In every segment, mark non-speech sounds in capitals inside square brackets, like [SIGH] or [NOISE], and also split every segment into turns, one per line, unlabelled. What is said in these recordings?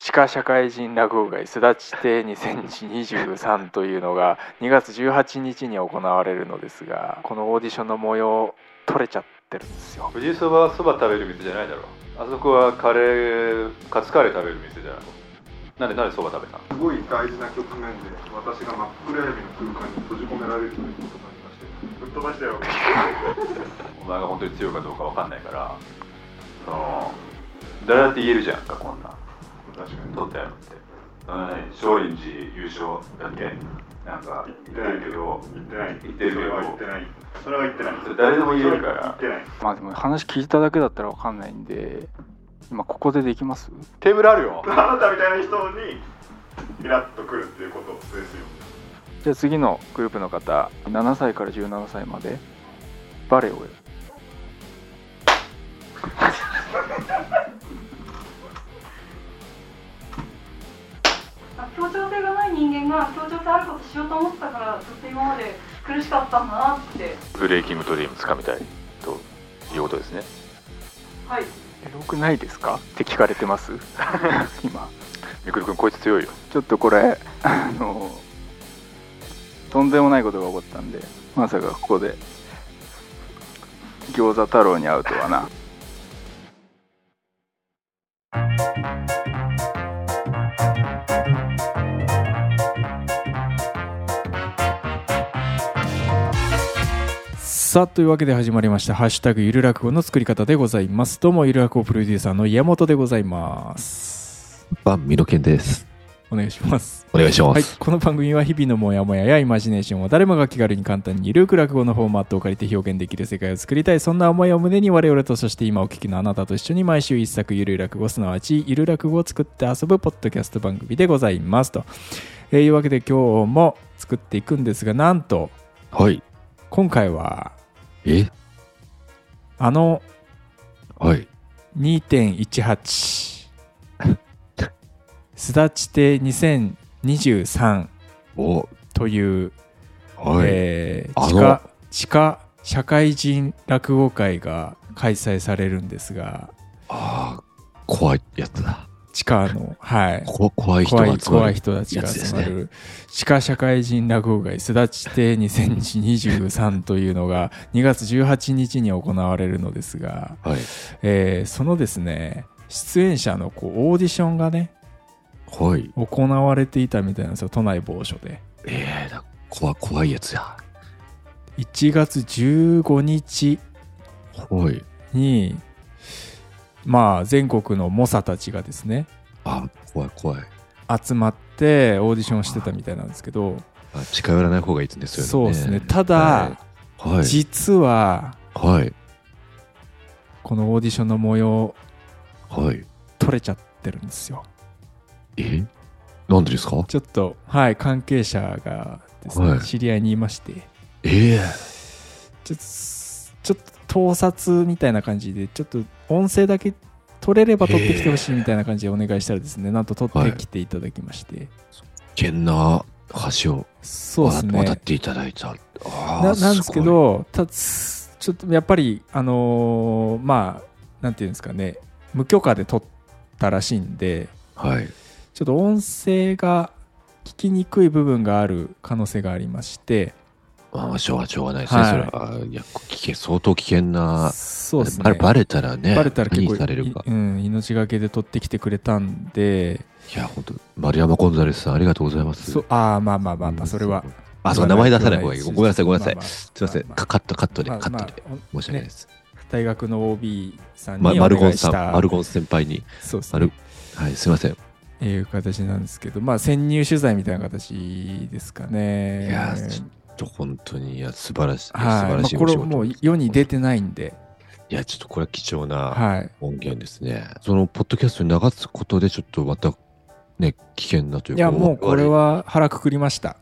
下社会人落語会すだち亭2023というのが2月18日に行われるのですがこのオーディションの模様取れちゃってるんですよ
富士そばはそば食べる店じゃないだろあそこはカレーカツカレー食べる店じゃないなんでなんでそば食べたの
すごい大事な局面で私が真っ暗闇の空間に閉じ込められるということになりましてぶっ飛ばしたよ
お前が本当に強いかどうかわかんないからその誰だって言えるじゃんかこんな
確か
取ったやろってうん少林寺優勝だっけなんか言ってないけど
言ってない
言ってるけど
それは言ってないそれは言ってない
それ誰でも言えるから
言ってない
まあでも話聞いただけだったらわかんないんで今ここでできます
テーブルあるよ
あなたみたいな人にイラッとくるっていうことですよ
じゃあ次のグループの方7歳から17歳までバレエを
協調性がない人間が協調性あることしようと思ってたからずっと今まで苦しかったんだなって
ブレイキングトリーム掴みたいということですね
はい
エロくないですかって聞かれてます [LAUGHS] 今
みくるくんこいつ強いよ
ちょっとこれあのとんでもないことが起こったんでまさかここで餃子太郎に会うとはな
さあというわけで始まりました「ハッシュタグゆる落語」の作り方でございますどうもゆる落語プロデューサーの山本でございます
バンミロケンです。
お願いします
お願いしま
はい
す。、
この番組は日々のモヤモヤやイマジネーションを誰もが気軽に簡単にゆるく落語のフォーマットを借りて表現できる世界を作りたいそんな思いを胸に我々とそして今お聞きのあなたと一緒に毎週一作ゆる落語すなわちゆる落語を作って遊ぶポッドキャスト番組でございますと、えーいうわけで今日も作っていくんですがなんと
はい。
今回は
え
あの
はい。
2.18すだち亭2023
お
という、
はい。
えー
あの
地下地下社会人落語会が開催されるんですが
ああ、怖いやつだ。
地下の、はい、
こ怖い人
怖
が
い
集まる。
怖い人たちが集ま
やつ
る地下社会人落語会すだち亭2023というのが2月18日に行われるのですが、
はい。
えーそのですね出演者のこうオーディションがね
はい。
行われていたみたいなんですよ都内某所で
ええだ怖い、怖いやつだ。
1月15日
はい。
にまあ全国の猛者たちがですね
あ怖い、怖い。
集まってオーディションをしてたみたいなんですけど
あ近寄らない方がいいんですよね。
そうですねただ
ははい。
実は
はい。
このオーディションの模様
はい。
取れちゃってるんですよ
えなんでですか
ちょっとはい関係者がですね
はい
知り合いにいまして
ええ
ちょっとちょっと盗撮みたいな感じでちょっと音声だけ取れれば取ってきてほしいみたいな感じでお願いしたらですねなんと取ってきていただきまして、
けんな橋を
そうです
渡
ね
渡っていただいた。ああ、
ななんですけ
ごい、
どたつちょっとやっぱりあのーまあなんていうんですかね無許可で撮ったらしいんで
はい。
ちょっと音声が聞きにくい部分がある可能性がありまして
まあ、しょうがしょうがないですね。
はい
それは、あいや、危険、相当危険な
そうですね
バレバレたらね、
バレたら結構
何されるか
い。うん、命がけで取ってきてくれたんで
いや、本当丸山コンザレスさん、ありがとうございます。
そああまあまあまあ
う
まあ
ん
それは。
あ、そう、名前出さない方がいい。ごめんなさい、ごめんなさい。
まあまあ
すいません、
まあまあ
カカット、カットで、
まあ
カットで。
まあ
申し訳ないです。
大学の OB さんに
ま、
お
マルゴ
願
ン
いし
さ
た
ん、マルゴン先輩に。
そうです
マ
ね
ルはい、すいません。
っていう形なんですけどまあ潜入取材みたいな形ですかね
いやーちょと本当に、いや、素晴らしい。素
はい、
晴
ま
ら
あ
しいお
こ
仕
れ
事。
もう世に出てないんで、
いや、ちょっとこれは貴重な
はい、
音源ですね。その、ポッドキャストに流すことで、ちょっとまた、ね、危険なという
い
か。
やもうこれ。は腹くくりました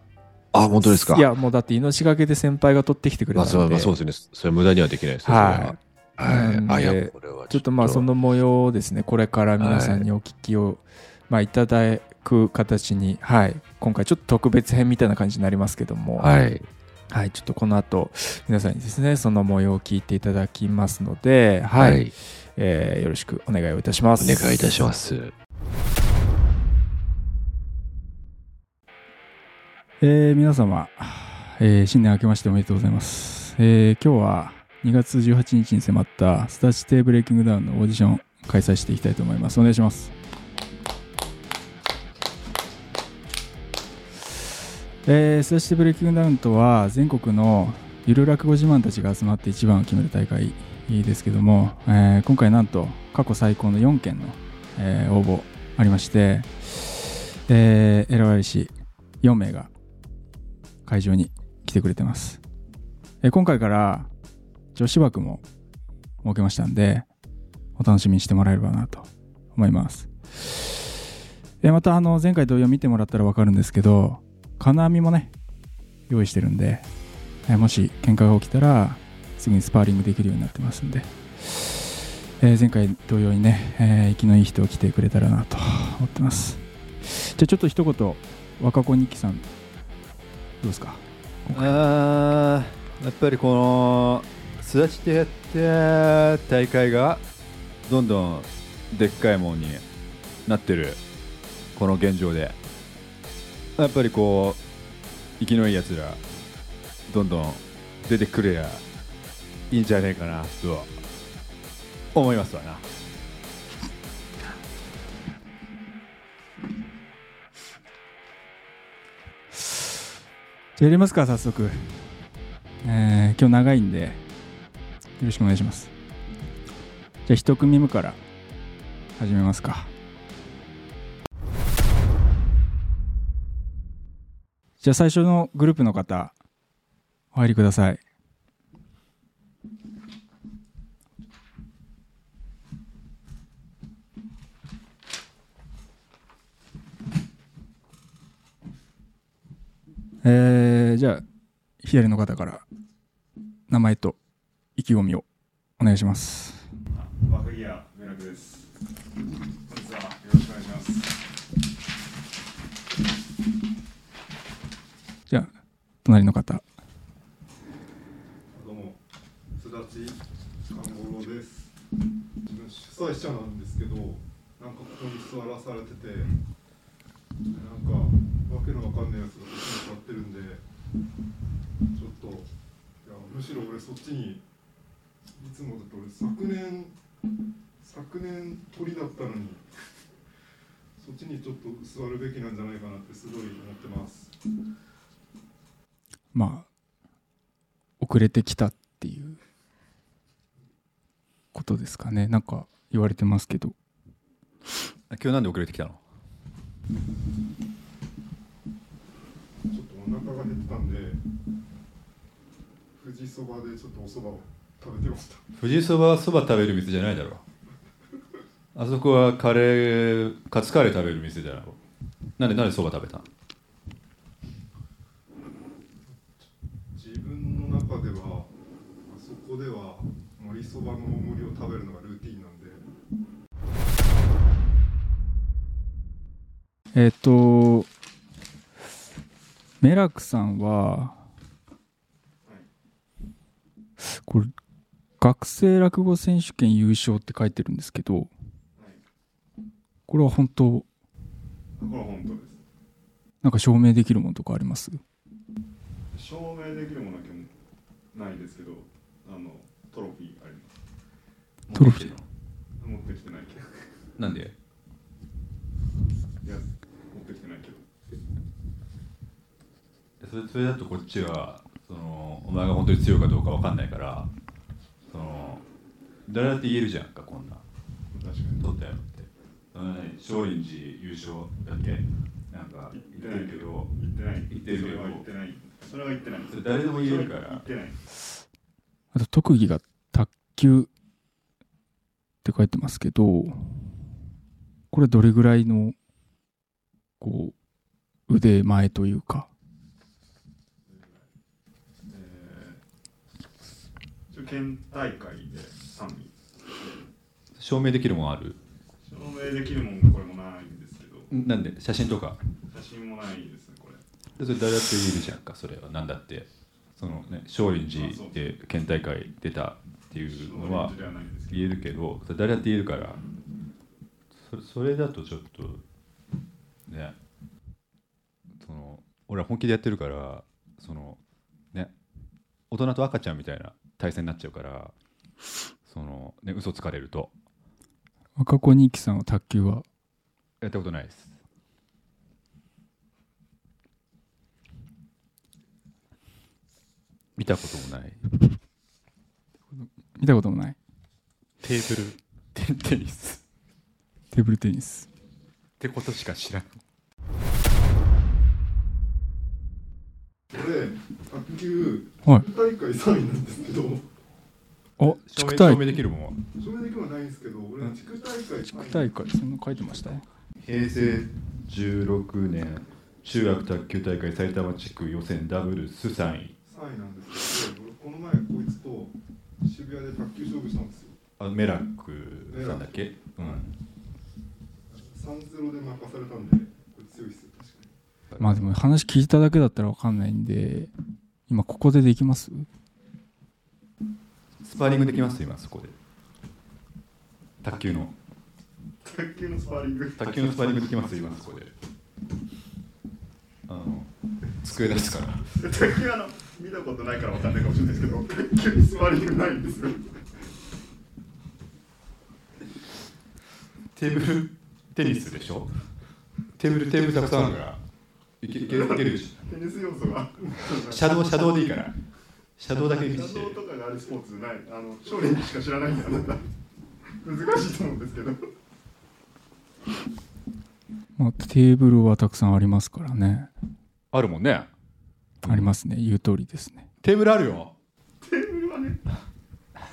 あ、本当ですか。
いやもうだって命がけで先輩が取ってきてくれ
ま
た
あ、
んで、
そうまあそうですね。それは無駄にはできないですね。
はい
それははい
なんで
あ、いや、これは
ちょっとまあその模様をですねこれから皆さんにお聞きを、いまあ、いただく形に、はい、今回ちょっと特別編みたいな感じになりますけども、
はい。
はいちょっとこの後皆さんにですねその模様を聞いていただきますので、はい。えーよろしくお願いをいたします。
お願いいたします。
えー皆様、えー新年明けましておめでとうございます。えー今日は2月18日に迫ったスタジテブレイキングダウンのオーディション開催していきたいと思います。お願いします。えースタジテブレイキングダウンとは全国のゆる落語自慢たちが集まって一番を決める大会ですけども、えー今回なんと過去最高の4件の、えー応募ありまして、えー選ばれし4名が会場に来てくれてます、えー今回から女子枠も設けましたんでお楽しみにしてもらえればなと思います、えーまたあの前回同様見てもらったら分かるんですけど金網もね用意してるんで、えーもし喧嘩が起きたらすぐにスパーリングできるようになってますんで、えー前回同様にね、えー生きのいい人を来てくれたらなと思ってますじゃあちょっと一言若子日記さんどうですか
あーやっぱりこの育ちでやって大会がどんどんでっかいもんになってるこの現状でやっぱりこう生きのいいやつらどんどん出てくれやいいんじゃねえかなと思いますわな
じゃあやりますか早速、えー今日長いんでよろしくお願いしますじゃあ一組目から始めますかじゃあ最初のグループの方お入りくださいえー、じゃあ左の方から名前と意気込みをお願いします
バフギアメラクです。本日はよろしくお願いします。
じゃあ隣の方
どうも、すだち勘五郎です。自分主催者なんですけど、なんかここに座らされてて、なんかわけのわかんないやつがこっちに座ってるんで、ちょっといやむしろ俺そっちにいつもだって俺昨年昨年鳥だったのに。そっちにちょっと座るべきなんじゃないかなってすごい思ってます。
まあ遅れてきたっていうことですかねなんか言われてますけど
今日なんで遅れてきたの
ちょっとお腹が減ったんで富士そばでちょっとおそばを食べてました
富士そばはそば食べる店じゃないだろあそこはカレーカツカレー食べる店じゃないなんでなんでそば食べたの
自分の中ではあそこでは盛りそばのお盛りを食べるのがルーティンなんで
えっ、とメラクさんはこれ学生落語選手権優勝って書いてるんですけどこれは本当
だから本当です
なんか証明できるものとかあります
証明できるものはないですけどあのトロフィーあります
トロフィー
持ってきてないけど
なんで
いや持ってきてないけど
それそれだとこっちはそのお前が本当に強いかどうかわかんないからその誰だって言えるじゃんかこんな
確かに
取ったよってそのね少林寺優勝だっけなんか言ってるけど
言ってない
言ってるけ
そ
ど
れは言ってないそれは言ってない
それ誰でも言えるか
言っ
ら
てない
あと特技が卓球って書いてますけど、これどれぐらいの、こう、腕前というか。
一応県大会で3位
証明できるもんある
証明できるもんがこれもないんですけど
んなんで写真とか
写真もないですねこれ
でそれ誰だって言えるじゃんかそれはなんだってそのね少林寺で県大会出たっていうのは
証明ではないんですけど
言えるけどそれ誰だって言えるからそそれだとちょっとねその俺は本気でやってるからそのね大人と赤ちゃんみたいな対戦になっちゃうからそのね嘘つかれると
赤子日記さんの卓球は
やったことないです見たこともない
見たこともない
テーブルテテニス
テーブルテニス
ってことしか知らん
俺卓球
はい
大会3位なんですけど
あ地
証
区大
明証
会
明できるもん
証明できるのはないんですけど俺地区大会
地区
3位
大会そんな書いてました
平成16年中学卓球大会埼玉地区予選ダブルス3位
3位なんですけど俺この前こいつと渋谷で卓球勝負したんですよ
あメラックさんだっけうん
3-0で負かされたんでこれ強いっすよ確かに
まあでも話聞いただけだったら分かんないんで今ここでできます
スパーリングできます今そこで卓球の
卓球のスパーリング
卓球のスパーリングできます今そこであの机出すから
卓球あの見たことないからわかんないかもしれないですけど卓球にスパーリングないんですよ
テーブルテニスでしょテーブルテーブルたくさんあるからいけいけいけるし
テニス要素が
シャドウシャドウでいいからシャドウだけ見
シ
せて
ャドウとかがあるスポーツないあの少林しか知らないんだなんか難しいと思うんですけど
まあ、テーブルはたくさんありますからね。
あるもんね
ありますね。言う通りですね。
テーブルあるよ
テーブルはね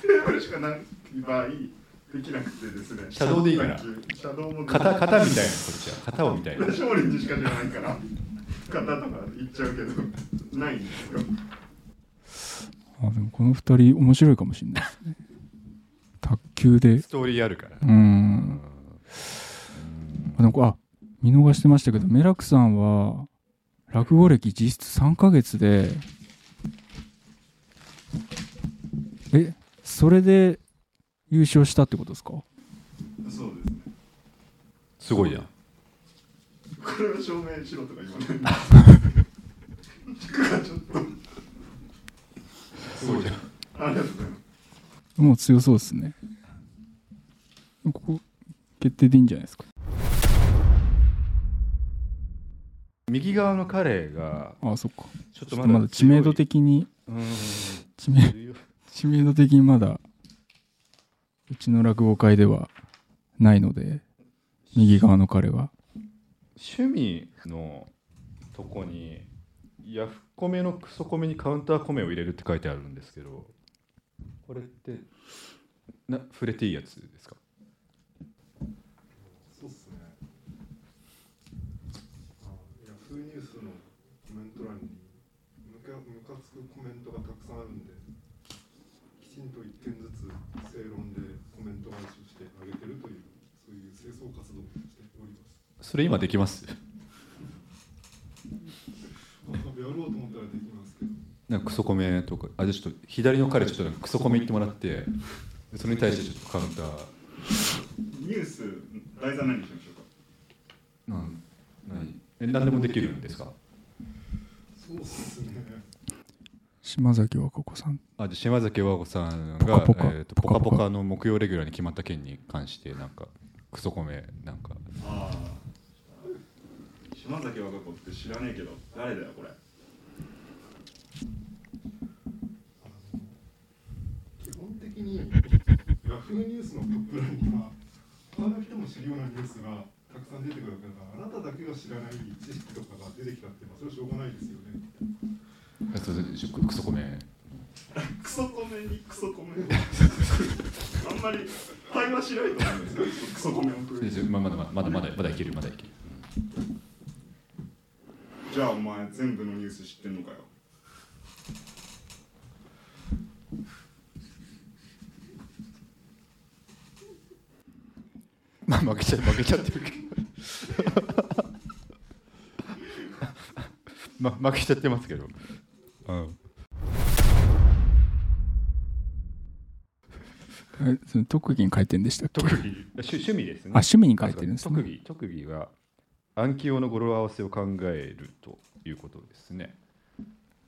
テーブルしかない場合できなくてですね
シャドウでいいから
卓球シャドウも
型型みたいなこっちは型をみたいな
少林しか知らないから型とか言っちゃうけどないんですよ
あでもこの2人面白いかもしれないですね。卓球で。う
ストーリーあるから
ーん。あ、でもあ見逃してましたけど、メラクさんは落語歴実質3ヶ月で、え、それで優勝したってことですか
そうですね
すごいじゃん
これは証明しろとか言わないんです塾がちょっと
すごいじゃん
ありがとうございます
もう強そうですね。ここ、決定でいいんじゃないですか。
右側の彼が
あそっか。
ちょっ
ちょっとまだ知名度的に
うん
知名知名度的にまだうちの落語会ではないので右側の彼は
趣味のとこにヤフコメのクソコメにカウンターコメを入れるって書いてあるんですけどこれってな触れていいやつですか
そうっすねあヤフーニュースのコメント欄にムカムカつくコメントがたくさんあるんできちんと一件ずつ正論でコメント返しをしてあげてるというそういう清掃活動をしております
それ今できます
ま [LAUGHS] あやろうと思ったらできますけど
なんかクソコメとかあじゃあちょっと左の彼ちょっとなんかクソコメ言ってもらってそれに対してちょっとカウンター
ニュース題材何にしましょうか
なんえ何でもできるんですか
そうっすね
島崎和歌子さん
あじゃあ島崎和子さん
ポカ
が
ポカ
えーとポカ
ポカ
ポ
ポ
カの木曜レギュラーに決まった件に関してなんかクソコメなん
[LAUGHS]
か
ああ島崎和歌子って知らねえけど誰だよこれ基本的にヤフーニュースのトップ欄には他の人も知るようなニュースがたくさん出てくるからあなただけが知らない知識とかが出てきたってまあそれはしょうがないですよね
えそうそうククソコメ
クソコメにクソコメ [LAUGHS] あんまり対話しないと思うんですよクソコメを送
でまあまだまだまだまだまだいけるまだいける
じゃあお前全部のニュース知ってんのかよ
まあ負けちゃ負けちゃってるけど
[LAUGHS]
ま負けちゃってますけどうん
えその特技に書いてんでしたっけ
[LAUGHS] 特技趣趣味ですね
あ趣味に書いてるんですね
特技特技は
暗記用の語呂合わせを考えるということですね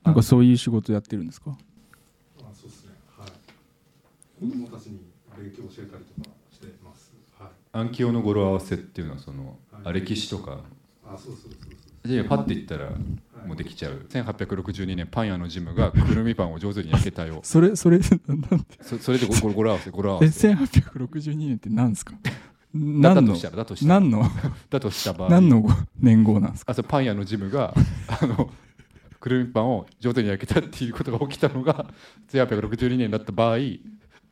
なんかそういう仕事やってるんですか
あそうですねはい子供たちに勉強教えたりとかしてますはい
暗記用の語呂合わせっていうのはその、
はい
あ歴史とか
あそうそうそうそう
でパッて言ったらもうできちゃう1862年パン屋のジムがくるみパンを上手に焼けたよ
それそれなんて
そそれでご語呂合わせ語呂合わ
え
せ
1862年って何ですか
[LAUGHS] だだ
何
と
の
したらだとしたら
何の
だとした場合
何のご年号なんですか
あそうパン屋のジムが [LAUGHS] あのくるみパンを上手に焼けたっていうことが起きたのが1862年だった場合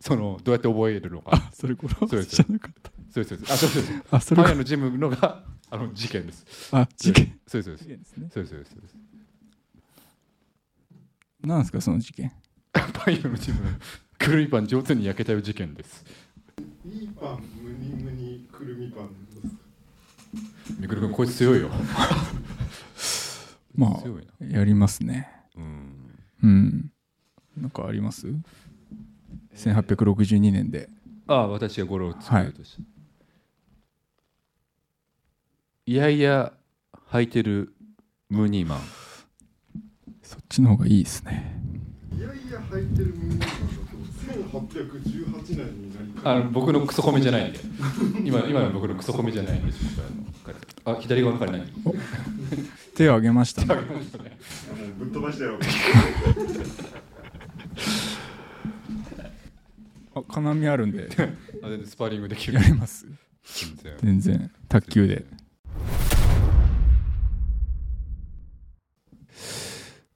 そのどうやって覚えるのか
あそれこれ
そうです
じゃなかっ
そうですそうですあそうですそうで
たあそ
す
れ
パン
こ
屋のジムのがあの事件です
あ事件
そうですそ
事
うです
件ですね
そうですそうですそうです
何ですかその事件
パン屋のジムくるみパン上手に焼けたよ事件です
いいパンムニムニくるみパンです
みくるくんこいつ強いよ
ま
強いな
あやりますね
うん
うんなんかあります1862年で
ああ私が語呂を作るとした、い、やいや履いてるムーニーマン
そっちの方がいいですね
いやいや履いてるムニムニパンだと1818年になりか
あ
け
の僕のクソコメじゃ
[LAUGHS]
ないんで今今の僕のクソコメじゃないんであ左側から何
手を挙げましたね、
もうぶっ飛ばしたよ
あ金網あるん
[LAUGHS]
で
あ全然スパーリングできる
やります
全然
全然卓球で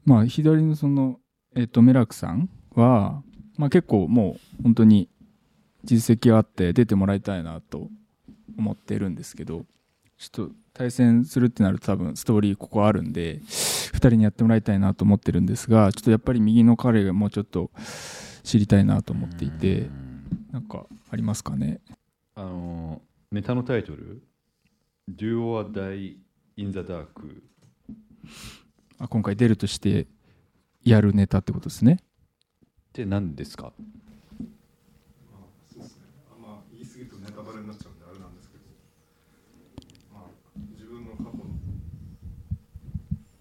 まあ左のそのえっ、とメラクさんは、まあ、結構もう本当に実績あって出てもらいたいなと思ってるんですけどちょっと対戦するってなると多分ストーリーここあるんで2人にやってもらいたいなと思ってるんですがちょっとやっぱり右の彼がもうちょっと知りたいなと思っていてなんかありますかね
あのネタのタイトル「Do or Die in the Dark
あ今回出るとしてやるネタってことですね」
って何ですか
まあそうですねあんま言い過ぎるとネタバレになっちゃうんであれなんですけどまあ自分の過去の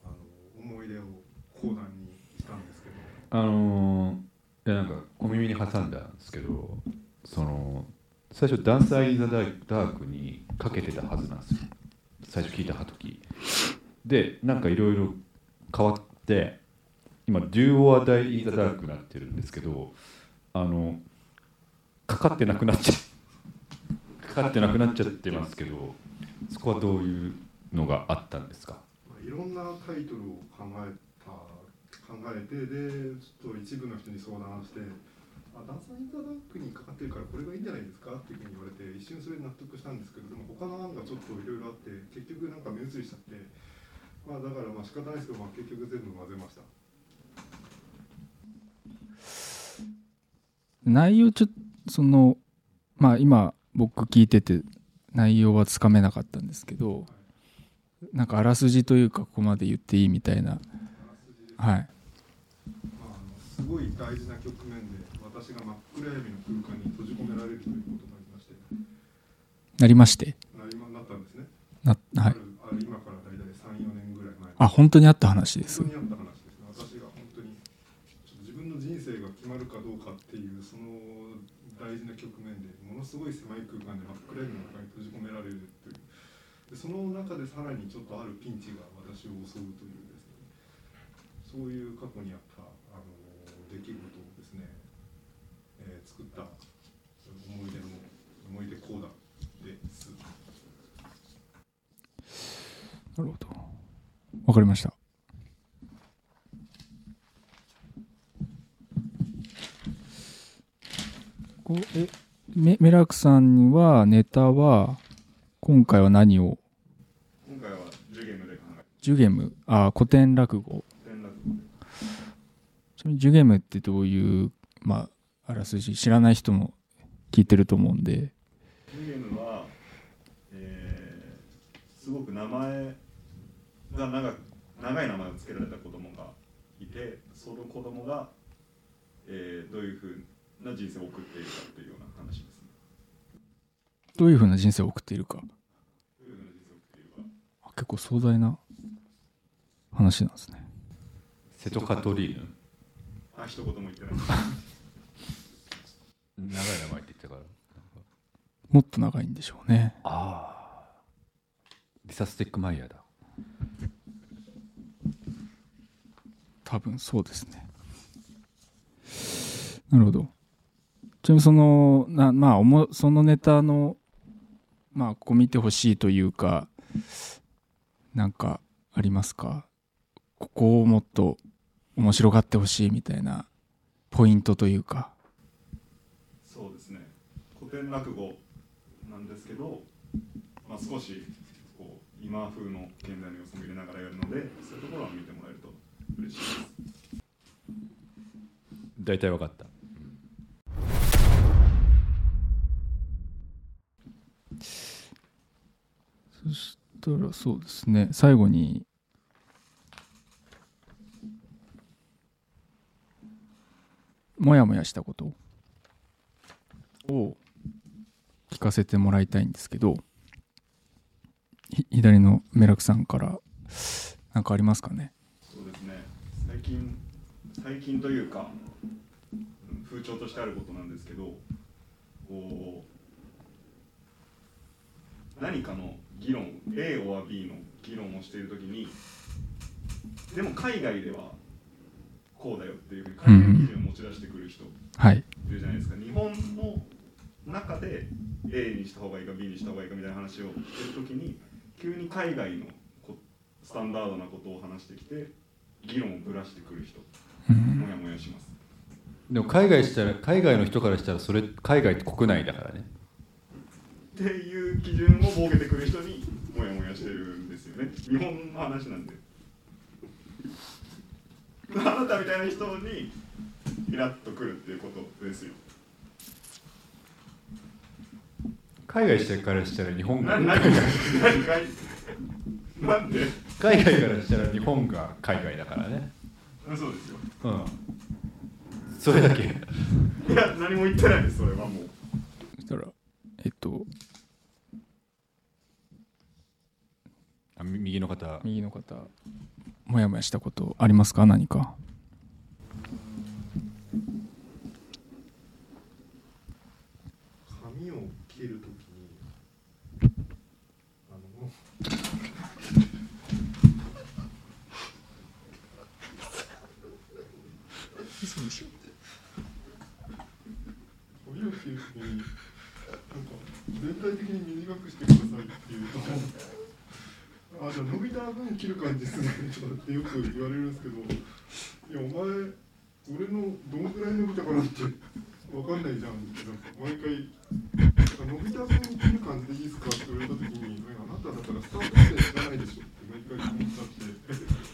あの思い出を講談にしたんですけど
あのーいやなんか小耳に挟んだんですけどその最初「ダンサー・イン・ザ・ダーク」にかけてたはずなんですよ最初聞いた時でなんかいろいろ変わって今「Do or Die in the Dark」になってるんですけどあのかかってなくなっちゃ [LAUGHS] かかってなくなっちゃってますけどそこはどういうのがあったんですか
まあ、いろんなタイトルを考えた考えてでちょっと一部の人に相談して「あダンサーインターダックにかかってるからこれがいいんじゃないですか?」っていうふうに言われて一瞬それに納得したんですけどでも他の案がちょっといろいろあって結局なんか目移りしちゃって、まあ、だからまあ仕方ないですけど、まあ、結局全部混ぜました。
内容ちょっとそのまあ今僕聞いてて内容はつかめなかったんですけどなんかあらすじというかここまで言っていいみたいなはい
まあ、あのすごい大事な局面で私が真っ暗闇の空間に閉じ込められるということになりまして
なりまして
なりまなったんですね、
なはい
あるある今から大体34年ぐらい前
あ本当にあった話です
本当にあった話ですね私が本当にちょっと自分の人生が決まるかどうかっていうその大事な局面でものすごい狭い空間で真っ暗闇の中に閉じ込められるというでその中でさらにちょっとあるピンチが私を襲うというですねそういう過去にあったあの出来事をですね、えー作った思い出の思い出講談です。
なるほどわかりましたこうえメメラクさんはネタは今回は何を
今回はジュゲムで考え
ジュゲムあ古典落語
連絡
ちなみにジュゲムってどういう、まあ、あらすじ知らない人も聞いてると思うんで
ゲームは、えーすごく名前が長く長い名前を付けられた子供がいてその子供が、えーどういうふうな人生を送っているかというような話ですね。
どういうふうな人生を送っているか
どういうふうな人生を送っているか
あ結構壮大な話なんですね
瀬戸カトリーヌ
あ一言も言ってない
長い名前って言ったから
もっと長いんでしょうね
ああリサ・スティックマイヤーだ
多分そうですねなるほどちなみにそのなまあおもそのネタのまあここ見てほしいというかなんかありますかここをもっと面白がってほしいみたいなポイントというか
そうですね古典落語なんですけど、まあ、少しこう今風の現代の要素も入れながらやるのでそういうところは見てもらえると嬉しいです
大体分かった
そしたらそうですね最後にもやもやしたことを聞かせてもらいたいんですけどひ左のメラクさんから何かありますかね
そうですね最近最近というかうん風潮としてあることなんですけどこう何かの議論 A or B の議論をしているときにでも海外ではこうだよっていう海外基準を持ち出してくる人
はい
いるじゃないですか日本の中で A にした方がいいか B にした方がいいかみたいな話をしてるときに急に海外のこスタンダードなことを話してきて議論をぶらしてくる人もやもやします
でも海外したら海外の人からしたらそれ海外って国内だからね
っていう基準を設けてくる人にもやもやしてるんですよね日本の話なんであなたみたいな人にイラッとくるっていうことですよ
海外したからしたら日本が
な何が何がなんで
海外からしたら日本が海外だからね
そうですよ
うんそれだけ
いや何も言ってないですそれはもう
そしたらえっと
あみ右の方
右の方もやもやしたことありますか何か
髪を切るときにあの髪を切るときになんか全体的に短くしてくださいって言うとあじゃあ伸びた分切る感じするねとかってよく言われるんですけどいやお前俺のどのぐらい伸びたかなってわかんないじゃんってなんか毎回伸びた分切る感じでいいですかって言われたときにあなただからスタートして知らないでしょって毎回思っちゃって。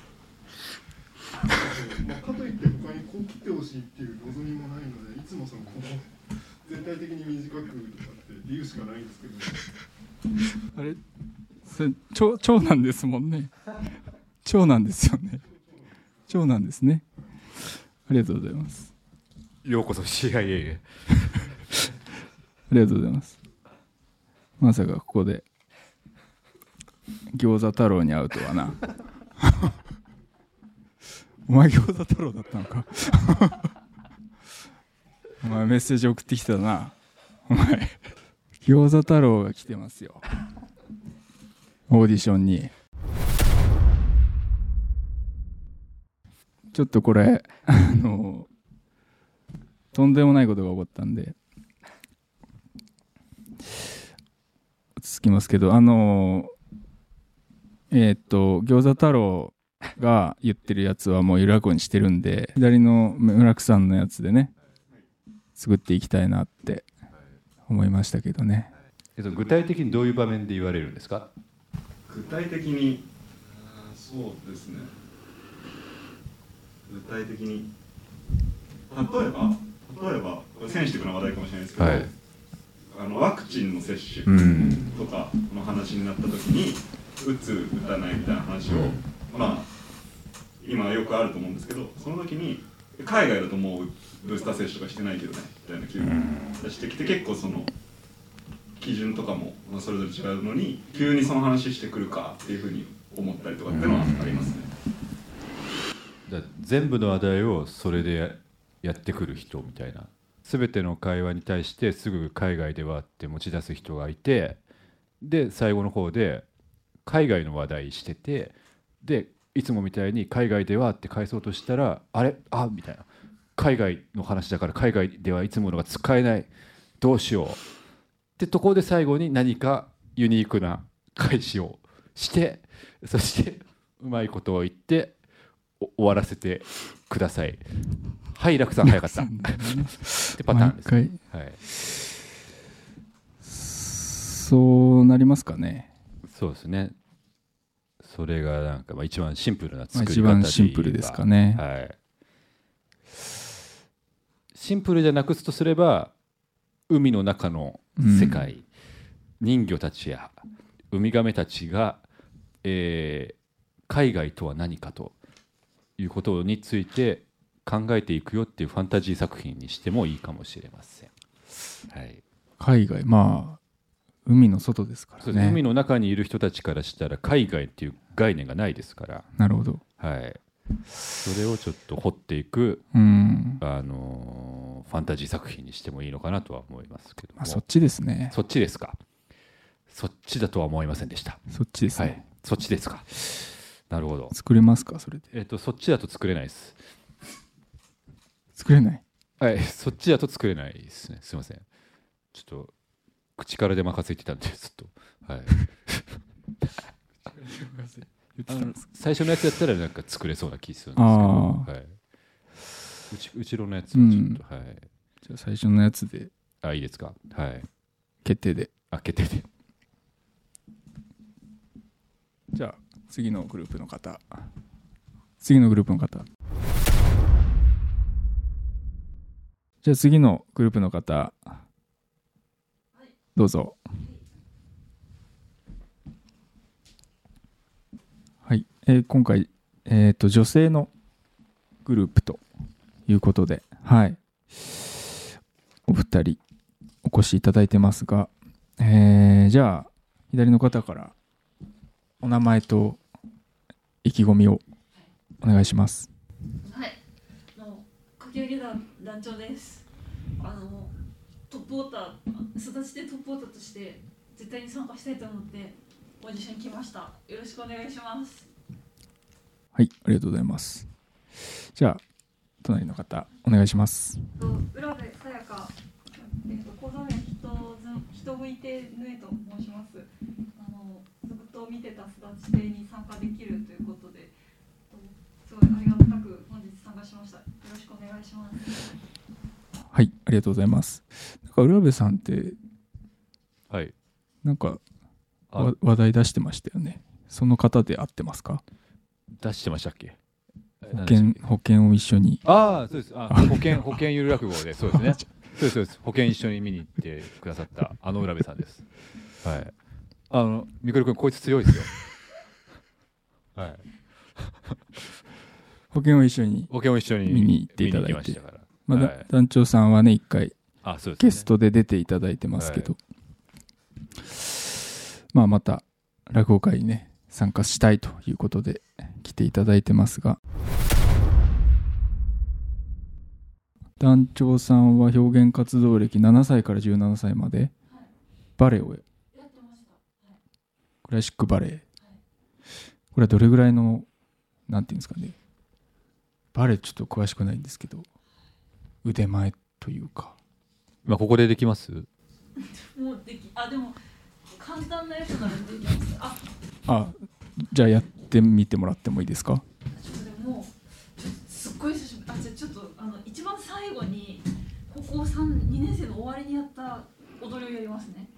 まあ、かといって他にこう切ってほしいっていう望みもないのでいつもそのこの全体的に短くとかって理由しかないんですけど
あれそれ長長男ですもんね長男ですよね長男ですねありがとうございます
ようこそ CIA へ
ありがとうございますまさかここで餃子太郎に会うとはな [LAUGHS] お前餃子太郎だったのか [LAUGHS] お前メッセージ送ってきたなお前餃子太郎が来てますよオーディションにちょっとこれあのとんでもないことが起こったんで落ち着きますけどあのえーっと餃子太郎が言ってるやつはもうゆらこにしてるんで左の村木さんのやつでね作っていきたいなって思いましたけどね
えっと具体的にどういう場面で言われるんですか
具体的にあーそうですね具体的に例えば例えばこれセンシティブな話題かもしれないですけど、
はい
あのワクチンの接種
ん
とかの話になった時に打つ打たないみたいな話を、まあ今よくあると思うんですけどその時に海外だともうブースター接種とかしてないけどねみたいな気分出してきて結構その基準とかもまあそれぞれ違うのに急にその話してくるかっていうふうに思ったりとかっていうのはありますね。
だ全部の話題をそれでややってくる人みたいな全ての会話に対してすぐ海外ではって持ち出す人がいてで最後の方で海外の話題しててでいつもみたいに海外ではって返そうとしたらあれあみたいな海外の話だから海外ではいつものが使えないどうしようってところで最後に何かユニークな返しをしてそしてうまいことを言ってお終わらせてください。はい、楽さん早かった。ってパターンです。
毎
はい、
そうなりますかね。
そうですね。それがなんかまあ一番シンプル
ま
な
あ
作り方
一番シンプルですかね
はい。シンプルじゃなくすとすれば海の中の世界、人魚たちやウミガメたちが、えー海外とは何かということについて考えていくよっていうファンタジー作品にしてもいいかもしれません。はい。
海外、まあ、海の外ですか
そ
ら
うですね海
ね。
の中にいる人たちからしたら海外っていう概念がないですから、
なるほど。
はい、それをちょっと掘っていく、
うん。
あのーファンタジー作品にしてもいいのかなとは思いますけども、
まあ、そっちですね。
そっちですかそっちだとは思いませんでした、
そっちです
は
ね。
い、そっちですかなるほど、
作れますかそれで。
えっとそっちだと作れないです
作れない。
はい、 [LAUGHS] そっちだと作れないですね。すいません。ちょっと、口からで任せてたんで、ずっと。はい。
[LAUGHS]
あの最初のやつだったらなんか作れそうな気するんですけど、
あ
はい、うちうちろのやつはちょっと、はい
じゃあ最初のやつで
あいいですかはい
決定で。
開けてて
じゃあ次のグループの方。次のグループの方。じゃあ次のグループの方。どうぞ。はい、えー今回、えー、と女性のグループということで、はい、お二人お越しいただいてますが、えーじゃあ左の方からお名前と意気込みをお願いします。
はい。あの、かき揚げ団団長です。あの、トップウォーター、育ちでトップウォーターとして、絶対に参加したいと思って。オーディションに来ました。よろしくお願いします。
はい、ありがとうございます。じゃあ、隣の方、お願いします。
えっと浦部さやか、えっと、講座名人ず人向いてぬえと申しますあのずっと見てたすだち亭に参加できるということでえっとすごいありがたく本日参加しましたよろしくお願いします
はい、ありがとうございます。なんか、浦部さんって、
はい
なんか、
あ
わ話題出してましたよね。その方で合ってますか
出してましたっけ
保険、保険を一緒に。
ああそう
[LAUGHS]
ですあ保険保険ゆる落語でそうですねそうですそうです保険一緒に見に行ってくださったあの浦部さんですはいあのみくるくんこいつ強いですよ [LAUGHS] はい
保険を一緒に。
保険を一緒に
見に行っていただいて
見に行きましたから
まだ、
はい
団長さんはね、一回、
あそうですね
ゲストで出ていただいてますけど、まあまた落語会にね参加したいということで来ていただいてますが団長さんは表現活動歴7歳から17歳までバレエを
やってました。
クラシックバレエこれはどれぐらいのなんていうんですかねバレエちょっと詳しくないんですけど腕前というか
まあここでできます
もうでき、あ、でも。簡単なやつならできます。あ、
あじゃあやってみてもらってもいいですか
ちょっとでももう。ちょっとすっごい久しぶり。あ、じゃ、ちょっと、あの、一番最後に。高校三、二年生の終わりにやった。踊りをやりますね。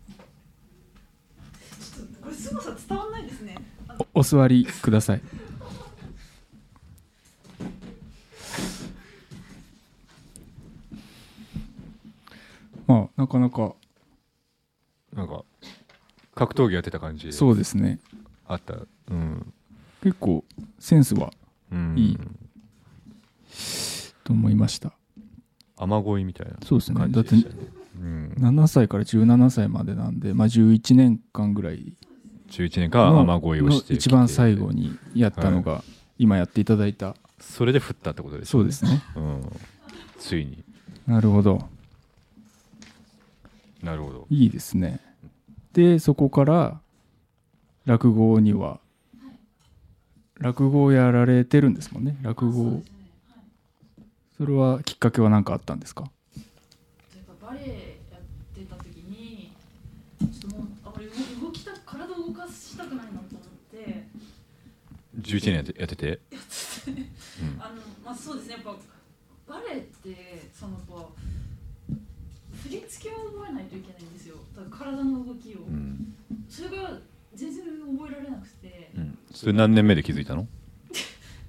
ちょっと、これ凄さ伝わんないですね。
おお座りくださいあなかなか
なんか格闘技やってた感じ
そうですね
あったうん
結構センスは
うん
いいと思いました
雨乞いみたいな
そうですね
感
だ
じ
って
でしたねうん
7歳から17歳までなんで、まあ、11年間ぐらい
11年間
の
雨乞いをしてきて
の一番最後にやったのが、今やっていただいた
それで降ったってことです
そうですね
うんついに
なるほど
なるほど
いいですねでそこから落語には落語をやられてるんですもんね落語をそれはきっかけは何かあったんですか
というかバレエやってた時にちょっともうあまり動きたく体を動かしたくないなと思って。
11年やってやってて
やつってねあのまあそうですねやっぱバレエってそのこう振り付けを覚えないといけないんですよだから体の動きを、それが全然覚えられなくて、
それ何年目で気づいたの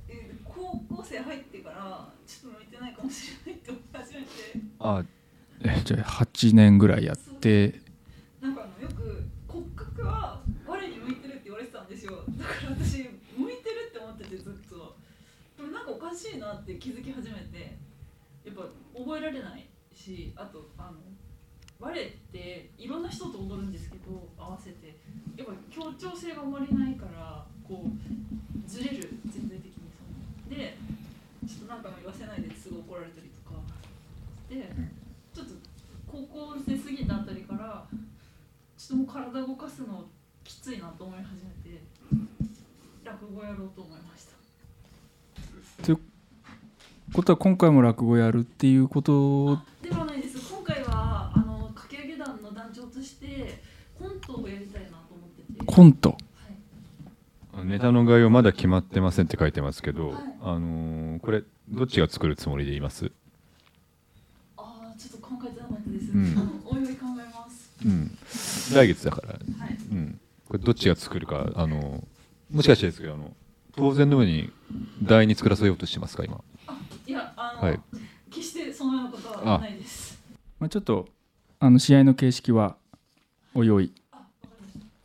え高校生入ってからちょっと向いてないかもしれないって思い始めて
あじゃあ8年ぐらいやって
なんかあのよく骨格は我に向いてるって言われてたんですよだから私向いてるって思っててずっとでもなんかおかしいなって気づき始めてやっぱ覚えられないしあとあの我っていろんな人と踊るんですけど合わせてやっぱ協調性が生まれないからこうずれる全体的にそのでちょっとなんかも言わせないですぐ怒られたりとかでちょっと高校生過ぎたあたりからちょっともう体動かすのきついなと思い始めて落語やろうと思いました
ということは今回も落語やるっていうこと
ではないです今回はあの掛け上げ団の団長としてコントをやりたいなと思ってて
コント
ネタの概要まだ決まってませんって書いてますけど、あのーこれどっちが作るつもりでいます
ああちょっと考えてなかったです、
うん
あのおいおい考えます
うん来月だから、
はい
うん、これどっちが作るか、あのーもしかしてですけどあの当然のように台に作らせようとしてますか今
あいやあの、
はい
決してそのようなことはないです
まあ、ちょっとあの試合の形式はおいおい
[LAUGHS]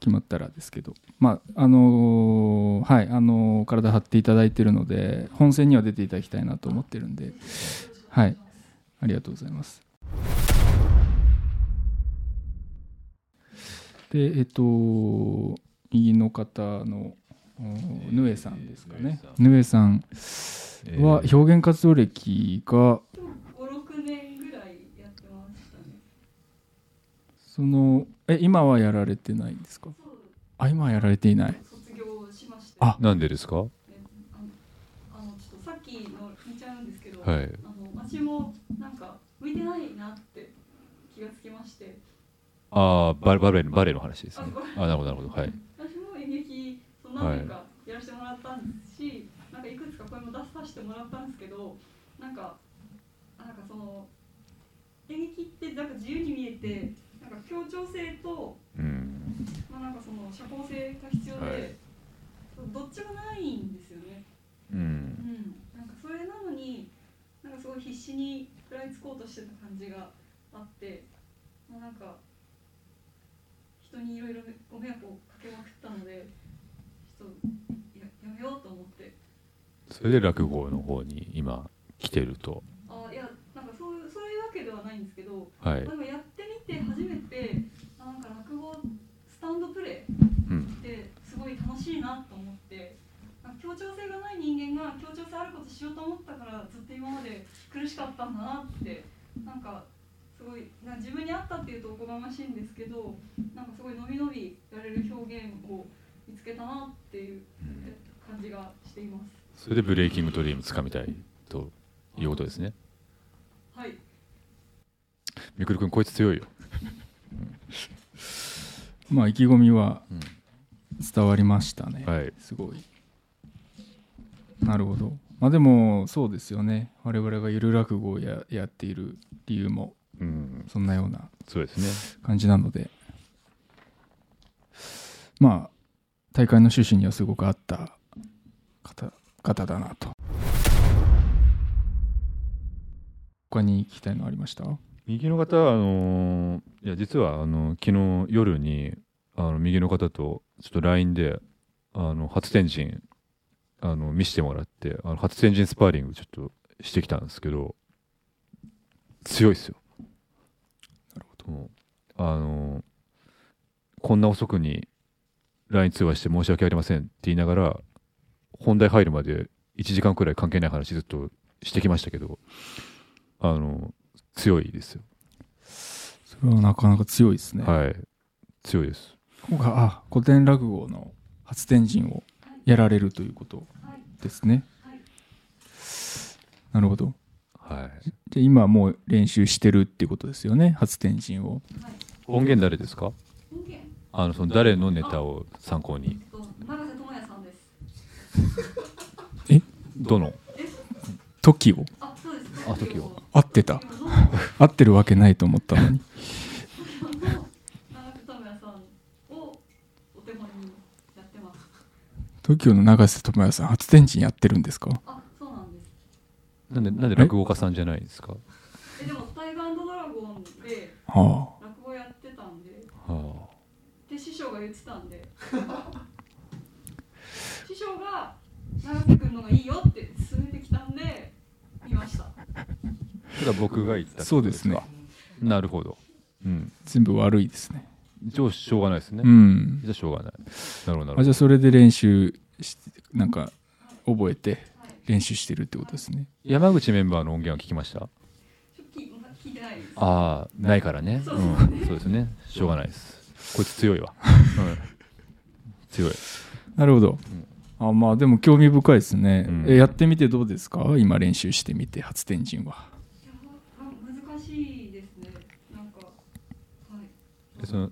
決まったらですけど、まああのーはいあのー体張っていただいてるので本戦には出ていただきたいなと思ってるんで、はい、ありがとうございます。でえっと右の方のおヌエさんですかね。ヌエさんは表現活動歴が
五六年ぐらいやってましたね。
そのえ今はやられてないんですかあ今はやられていない
卒業しました。
あなんでですか
あのちょっとさっきの聞いちゃうんですけど、
はい
あの私もなんか向いてないなって気がつきまして、
ああバレバレバレーの話ですねあなるほどなるほどはい
私も演劇その何年かやらせてもらったんですし、なんかいくつか声も出させてもらったんですけど、なんかなんかその演劇ってなんか自由に見えて、なんか協調性と、まあなんかその社交性が必要で、
はい
どっちもないんですよね。
うん
うん、なんかそれなのになんかすごい必死に食らいつこうとしてた感じがあってもうなんか人にいろいろご迷惑をかけまくったのでちょっとややめようと思って
それで落語の方に今来てると
あいやなんかそういうそういうわけではないんですけど、
はい
でもやってみて初めてあなんか落語スタンドプレ
う
ー
ん
ってすごい楽しいなと思って、なんか協調性がない人間が協調性あることしようと思ったからずっと今まで苦しかったんだなってなんかすごいなんか自分に合ったっていうとおこがましいんですけどなんかすごい伸び伸びやれる表現を見つけたなっていう感じがしています。
それでブレイキングドリームつかみたいということですね
はい
みくるくんこいつ強いよ
まあ意気込みは伝わりましたね、
はい
すごいなるほどまあでもそうですよね我々がゆる落語をややっている理由も
うん
そんなような
そうですね
感じなのでまあ大会の趣旨にはすごく合った方方だなと他に聞きたいのありました
右の方はあのーいや実はあの昨日夜にあの右の方とちょっと LINE であの初天神あの見してもらってあの初天神スパーリングちょっとしてきたんですけど強いですよ。もうあのーこんな遅くに LINE 通話して申し訳ありませんって言いながら本題入るまで1時間くらい関係ない話ずっとしてきましたけどあの強いですよ。
それはなかなか強いですね。
はい強いです。
今回、あ、古典落語の初天神をやられるということですね。なるほど。
はい。
じゃあ今はもう練習してるっていうことですよね、初天神を。
音源誰ですか
音源
あのその誰のネタを参考に
えっと永瀬智也さんです。
え
どの
時を
あ、そうです。
あ時を
合ってた。合ってるわけないと思ったのに。
永瀬智也さんをお手本にやってます。
TOKIO の永瀬智也さん、初天神やってるんですか
あ、そうなんです。
なんでなんで落語家さんじゃないんですか
え、でもタイガードラゴンで
は
落語やってたんで、
は
で師匠が言ってたんで。 [LAUGHS] 師匠が永瀬君のがいいよって勧めてきたんで見ました。
あただ僕が言った
そうですね。
なるほど、うん、
全部悪いですね。
じゃあしょうがないですね、
うん
じゃあしょうがないなるほどなるほど
あじゃあそれで練習しなんか覚えて練習してるってことですね。
山口メンバーの音源は聞きました
聞聞いてないです。
ああないからね
そう
う
ですね
ん、そうですねしょうがないですこいつ強いわ、うん、強い
なるほど。あまあでも興味深いですね、え。やってみてどうですか今練習してみて初天神は。
難しいですね。なんかはい。
でその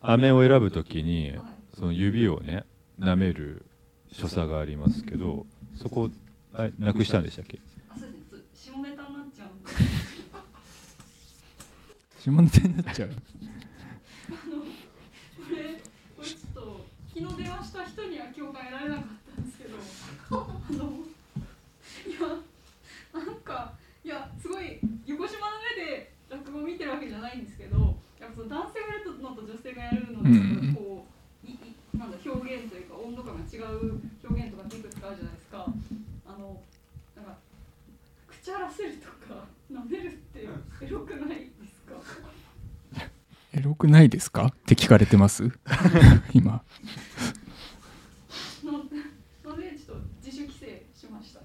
飴を選ぶときにその指をね舐める所作がありますけどそこをはいなくしたんでしたっけ
あ、そうです。下ネタになっちゃうんで。
下ネタになっちゃう。
あのこれこれちょっと昨日電話した人には共感得られなかったんですけど、あのいやなんかいやすごい横島の上で落語見てるわけじゃないんですけど、やっぱその男性がやるのと女性がやるので
うん
こう、いいなんだ表現というか温度感が違う表現とかっていくつかあるじゃないですか。あのなんか口荒らせるとか舐めるってエロくないですか。
エロくないですかって聞かれてます [LAUGHS] 今。
ののでちょっと自主規制しました。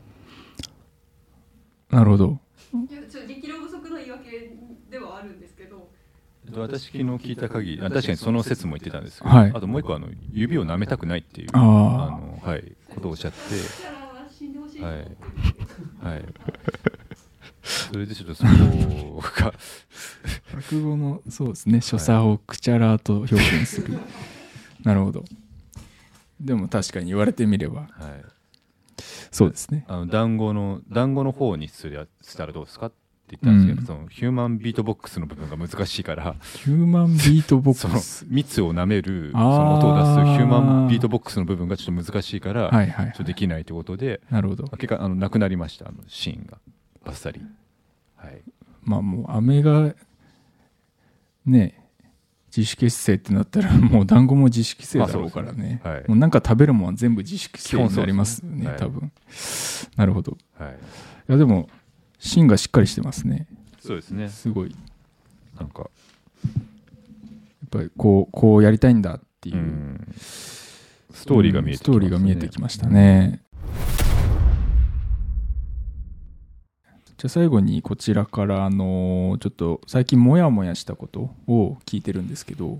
なるほど。
いやちょっと激量不足の言い訳ではあるんですけど、
私昨日聞いた限りあ確かにその説も言ってたんですけど、
はい
あともう一個あの指を舐めたくないっていう
あー
の、はい、ことをおっしゃって
だから死んでほしいと
は
思っ
い
てる、
はい、それでちょっとそこが
落語のそうですね所作をくちゃらと表現する、なるほどでも確かに言われてみれば、そうですね
あの団子の団子の方にすりゃしたらどうですかって言ったんですけど、
うん
そのヒューマンビートボックスの部分が難しいから
ヒューマンビートボ
そ
ッ
の
クス
蜜を舐めるそ
あー
の音を出すヒューマンビートボックスの部分がちょっと難しいから、
はいはいはい
ちょっとできないということで
なるほど
結果あのなくなりましたあのシーンがバッサリ、はい、
まあもう飴がね自主結成ってなったら [LAUGHS] もう団子も自主規制だろうからね,、
まあそうですねはい
もうなんか食べるもんは全部自主規制
基本
に
そうですね
なりますよね
はい
多分なるほど、
はい
やでも芯がしっかりしてますね
そうですね
すごい
なんか
やっぱりこうこうやりたいんだっていう、
ストーリーが見えて
ス
きますね
トーリーが見えてきましたねじゃあ最後にこちらからあのーちょっと最近モヤモヤしたことを聞いてるんですけど、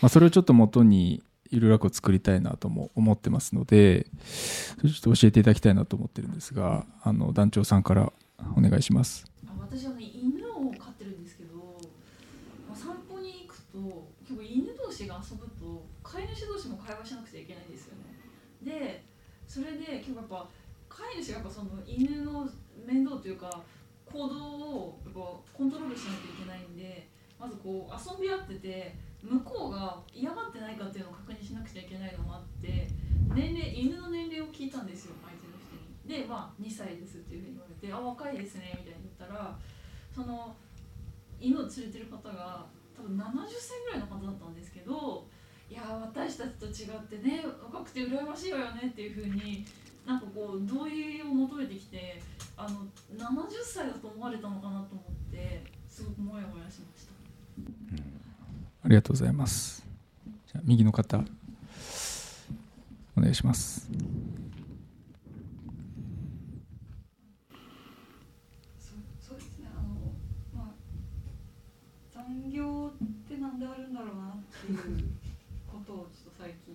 まあ、それをちょっと元にゆるらくを作りたいなとも思ってますのでそれちょっと教えていただきたいなと思ってるんですがあの団長さんからお願いします
あ私はね犬を飼ってるんですけど、まあ、散歩に行くと結構犬同士が遊ぶと飼い主同士も会話しなくちゃいけないんですよねでそれで結構やっぱ飼い主がやっぱその犬の面倒というか行動をやっぱコントロールしなきゃいけないんでまずこう遊び合ってて向こうが嫌がってないかっていうのを確認しなくちゃいけないのもあって年齢犬の年齢を聞いたんですよ相手の人に。で、まあ、2歳ですっていうふうに言われて「あ若いですね」みたいに言ったらその犬を連れてる方が多分70歳ぐらいの方だったんですけどいやー私たちと違ってね若くて羨ましいわよねっていうふうになんかこう同意を求めてきてあの70歳だと思われたのかなと思ってすごくモヤモヤしました。
ありがとうございます。じゃあ右の方、お願いします。
そうですねあのまあ残業ってなんであるんだろうなっていうことをちょっと最近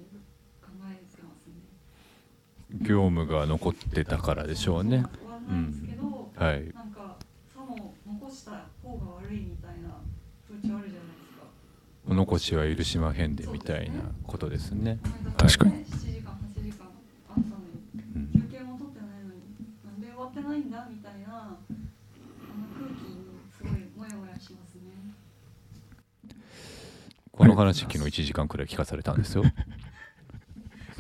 考えてますね。
業務が残ってたからでしょうね
終わ
うん
ないんですけど、
んはい
なんかさも残した方が悪いみたいな風潮あるじゃないですか。
お残しは許しまへんでみたいなことですね
確
かに
7時間8時間あったのに休憩も取ってないのになんで終わってないんだみたいなあの空気にすごいモヤモヤしますね。
この話昨日1時間くらい聞かされたんですよ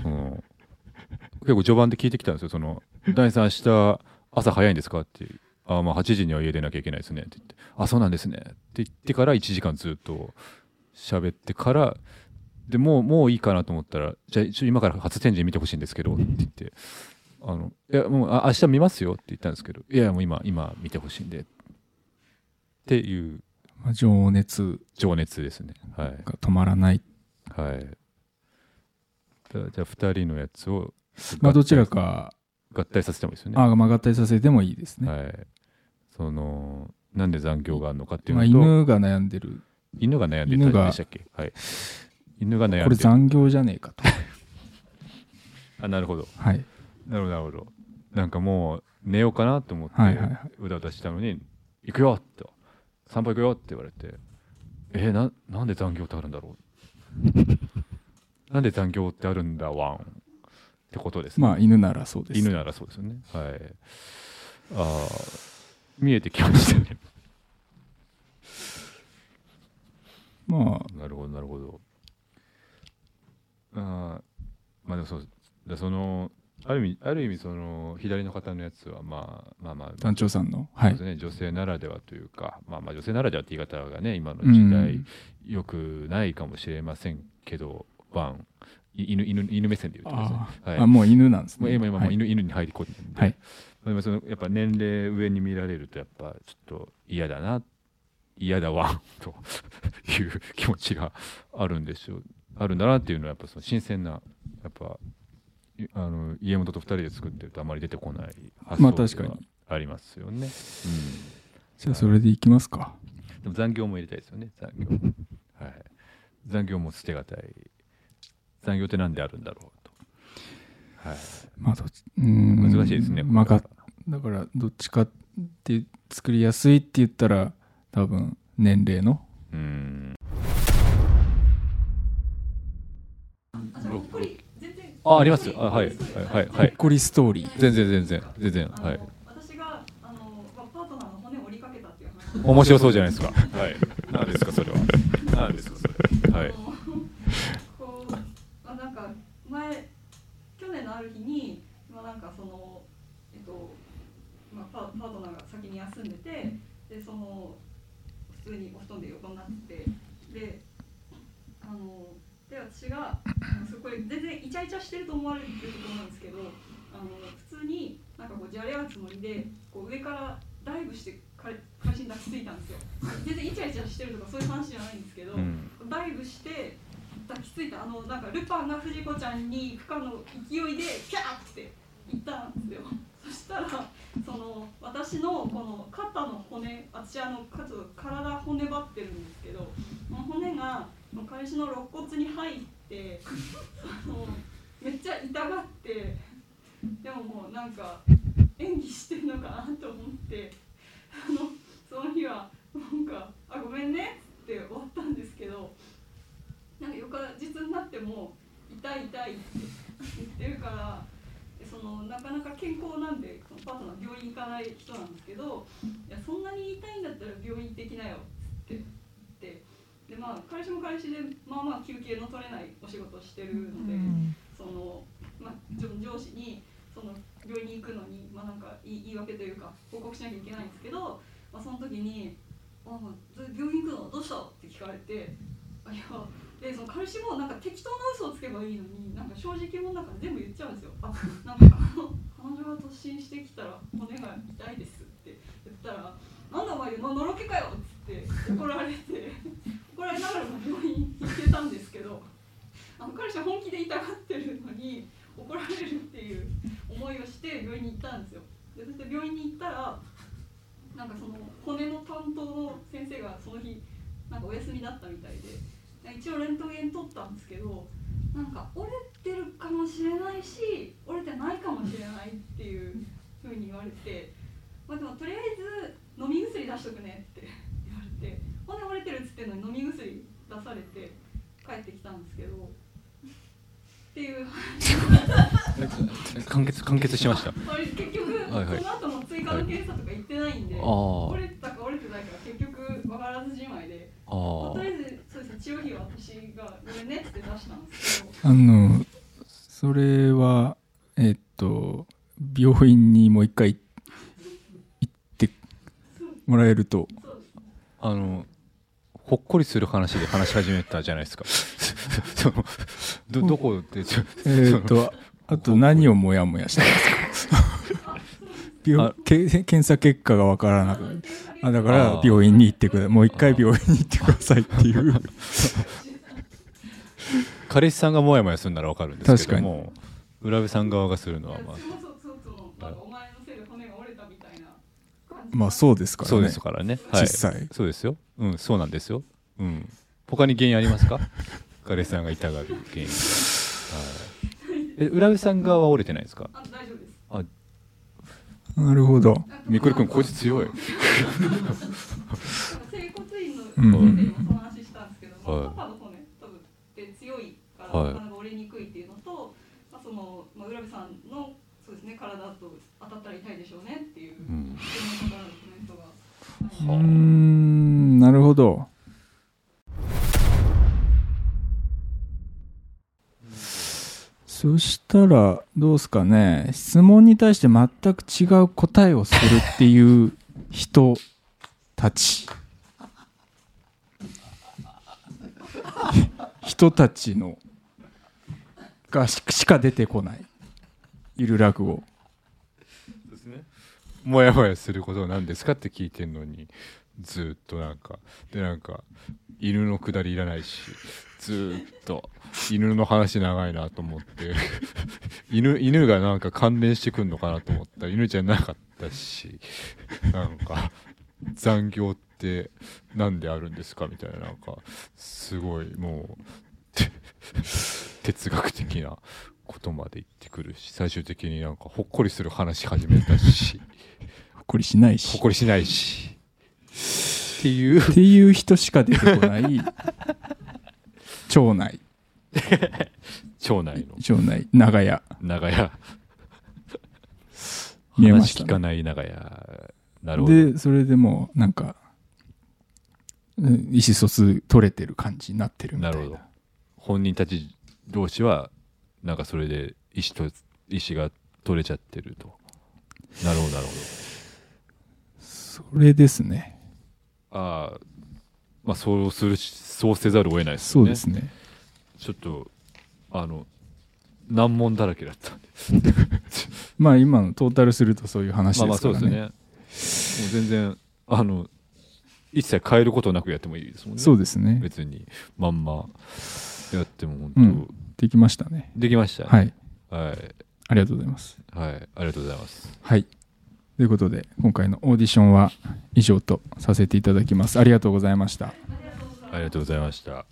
その結構序盤で聞いてきたんですよその「第三明日朝早いんですか?」っていう「あまあ8時には家出なきゃいけないですね」って言って「あそうなんですね」って言ってから1時間ずっと喋ってからでもうもういいかなと思ったら「じゃあ一応今から初展示見てほしいんですけど」って言って「あのいやもうあ明日見ますよ」って言ったんですけど「いやいやもう今今見てほしいんで」っていう
まあ、情熱
情熱ですねはい
が止まらない。
はい。だじゃあ2人のやつを
まあどちらか
合体させてもいいですよね。
ああ、まあ合体させてもいいですね。
はい。そのなんで残業があるのかっていう
まあ、
のと、
犬が悩んでる。
犬が悩んで
犬
たん
が
でしたっけ？はい。犬が悩んでる
これ残業じゃねえかと。
あなるほど。
はい。
なるほどなるほど。なんかもう寝ようかなと思って
はいはいは
うだうだしたのに行くよと散歩行くよって言われてえー、ななんで残業ってあるんだろう [LAUGHS] なんで残業ってあるんだワンってことです
まあ犬ならそうです
犬ならそうですよねはいあー見えてきましたね
まあ、
[LAUGHS] なるほどなるほどあーまあでもそうだそのある意味ある意味その左の方のやつはまあまあまあ
団長さんのはい
そうですね女性ならではというか、まあ、まあ女性ならではって言い方がね今の
うん
時代よくないかもしれませんけど、ワンい犬犬犬目線で言うとですね
あーあもう犬なんですね
もう今今もう犬,、犬に入り込んでるんで、
はい
まあでもそのやっぱ年齢上に見られるとやっぱちょっと嫌だな嫌だわという気持ちがあるんでしょうあるんだなっていうのはやっぱその新鮮なやっぱいあの家元と二人で作ってるとあまり出てこない発
まあ
想
確か
で
に
はありますよね。うん
じゃあそれでいきますか。
でも残業も入れたいですよね、残
[LAUGHS]
業。はい、残業も捨てがたい。残業ってなんであるんだろうと。はい、
まあどっちうーん
難しいですねこれは
まあがだからどっちかって作りやすいって言ったら多分年齢の
うん
ほっこり全然
あ、ありますよ。あはい、はい、はい、はい。
コリストーリー。
全然、全然、全然、はい。
私があのまあパートナーの骨を折りかけたっていう話。
面白そうじゃないですか。はい。何ですか、それは。何ですか、それ。はい。
こうまあなんか前去年のある日にまあなんかそのえっとまあパパートナーが先に休んでてでその普通にお布団で横になっててであので私があのすごい全然イチャイチャしてると思われてると思うんですけどあの普通になんかこうじゃれ合うつもりでこう上からダイブして彼彼氏に抱きついたんですよ全然イチャイチャしてるとかそういう話じゃないんですけど、
うん
ダイブして抱きついたあのなんかルパンが藤子ちゃんに行くかの勢いでキャーって行ったんですよそしたらその私のこの肩の骨私あのかつ体骨張ってるんですけどこの骨がもう彼氏の肋骨に入ってあのめっちゃ痛がってでももうなんか演技してんのかなと思ってあのその日はなんか「あごめんね」って終わったんですけどなんか翌日になっても「痛い痛い」って [LAUGHS] 言ってるからでそのなかなか健康なんでそのパートナー病院行かない人なんですけど「いやそんなに痛いんだったら病院行ってきなよ」って言ってでまあ彼氏も彼氏でまあまあ休憩の取れないお仕事をしてるので、
うん
その、まあ、上上司にその病院に行くのに、まあ、なんか言い言い訳というか報告しなきゃいけないんですけど、まあ、その時に「あ病院行くのどうしたって聞かれてあいやでその彼氏もなんか適当な嘘をつけばいいのになんか正直もなんか全部言っちゃうんですよあなんかあの彼女が突進してきたら骨が痛いですって言ったら「なんだお前ののろけかよ」っつって怒られて怒られながらも病院行ってたんですけどあの彼氏は本気で痛がってるのに怒られるっていう思いをして病院に行ったんですよでそして病院に行ったらなんかその骨の担当の先生がその日なんかお休みだったみたいで一応レントゲン撮ったんですけどなんか折れてるかもしれないし折れてないかもしれないっていうふうに言われて、まあ、でもとりあえず飲み薬出しとくねって [LAUGHS] 言われて骨折れてるっつってんのに飲み薬出されて帰ってきたんですけどっていう
完結完結しました
これ結局、
はいはい
その後も追加の検査とか行ってないんで、
はいあー
折れてたか折れてないか結局分からずじまいで、
あー
まあとりあえずそうですね治療費は私がごめんねって出したんですけど
あのそれはえっと病院にもう一回行ってもらえると
あのほっこりする話で話し始めたじゃないですかそのど [LAUGHS] どこでちょ
えーっ
[LAUGHS]
とあと何をモヤモヤしたんですか病け検査結果がわからなくあだから
あー
病院に行ってくだもう一回病院に行ってくださいっていう
[LAUGHS] 彼氏さんがモヤモヤするならわかるんですけど
確かに
も浦部さん側がするのはまあ
まあそうですからね
そうですからね、はい、
実際
そうですようんそうなんですようん他に原因あり [LAUGHS] ますか彼氏さんが痛がる原因はいえ浦部さん側は折れてないですか
あ大丈夫です
あ
なるほど
みくるくんこいつ強い
整骨院の先
う
生
ん
にもその話したんですけど、
はい
パパの骨多分って強いから
はい
なかなか折れにくいっていうのと、まあ、その、まあ、浦部さんのそうですね体と当たったら痛いでしょうねっていう、専門家からのコメントが
うーんなるほどそしたらどうですかね質問に対して全く違う答えをするっていう人たち [LAUGHS] 人たちのがししか出てこないゆる落語
ですねもやもやすることは何ですかって聞いてんのにずーっとなんかでなんか犬のくだりいらないしずーっと犬の話長いなと思って犬犬がなんか関連してくんのかなと思ったら犬じゃなかったしなんか残業ってなんであるんですかみたいななんかすごいもうて哲学的なことまで言ってくるし最終的になんかほっこりする話し始めたし
ほっこりしないし
ほっこりしないしっていう
っていう人しか出てこない町内
町内の
町内長屋
長屋
見えました
話聞かない長屋なるほど
でそれでもうなんかうん意思疎通取れてる感じになってるみた
ないるほど本人たち同士はなんかそれで意思と意思が取れちゃってるとなるほどなるほど
それですね
ああまあそうするしそうせざるを得ないです
そ
よ
う
ね
ですね
ちょっとあの難問だらけだ [LAUGHS] ったんで
まあ今のトータルするとそういう話ですからね,、
まあまあそうですよねもう全然あの一切変えることなくやってもいいですもんね
そうですね
別にまんまやっても本当、
うんできましたね
できました、
はい、
はい、
ありがとうございます
はいありがとうございます
はいということで今回のオーディションは以上とさせていただきますありがとうございました
ありがとうございました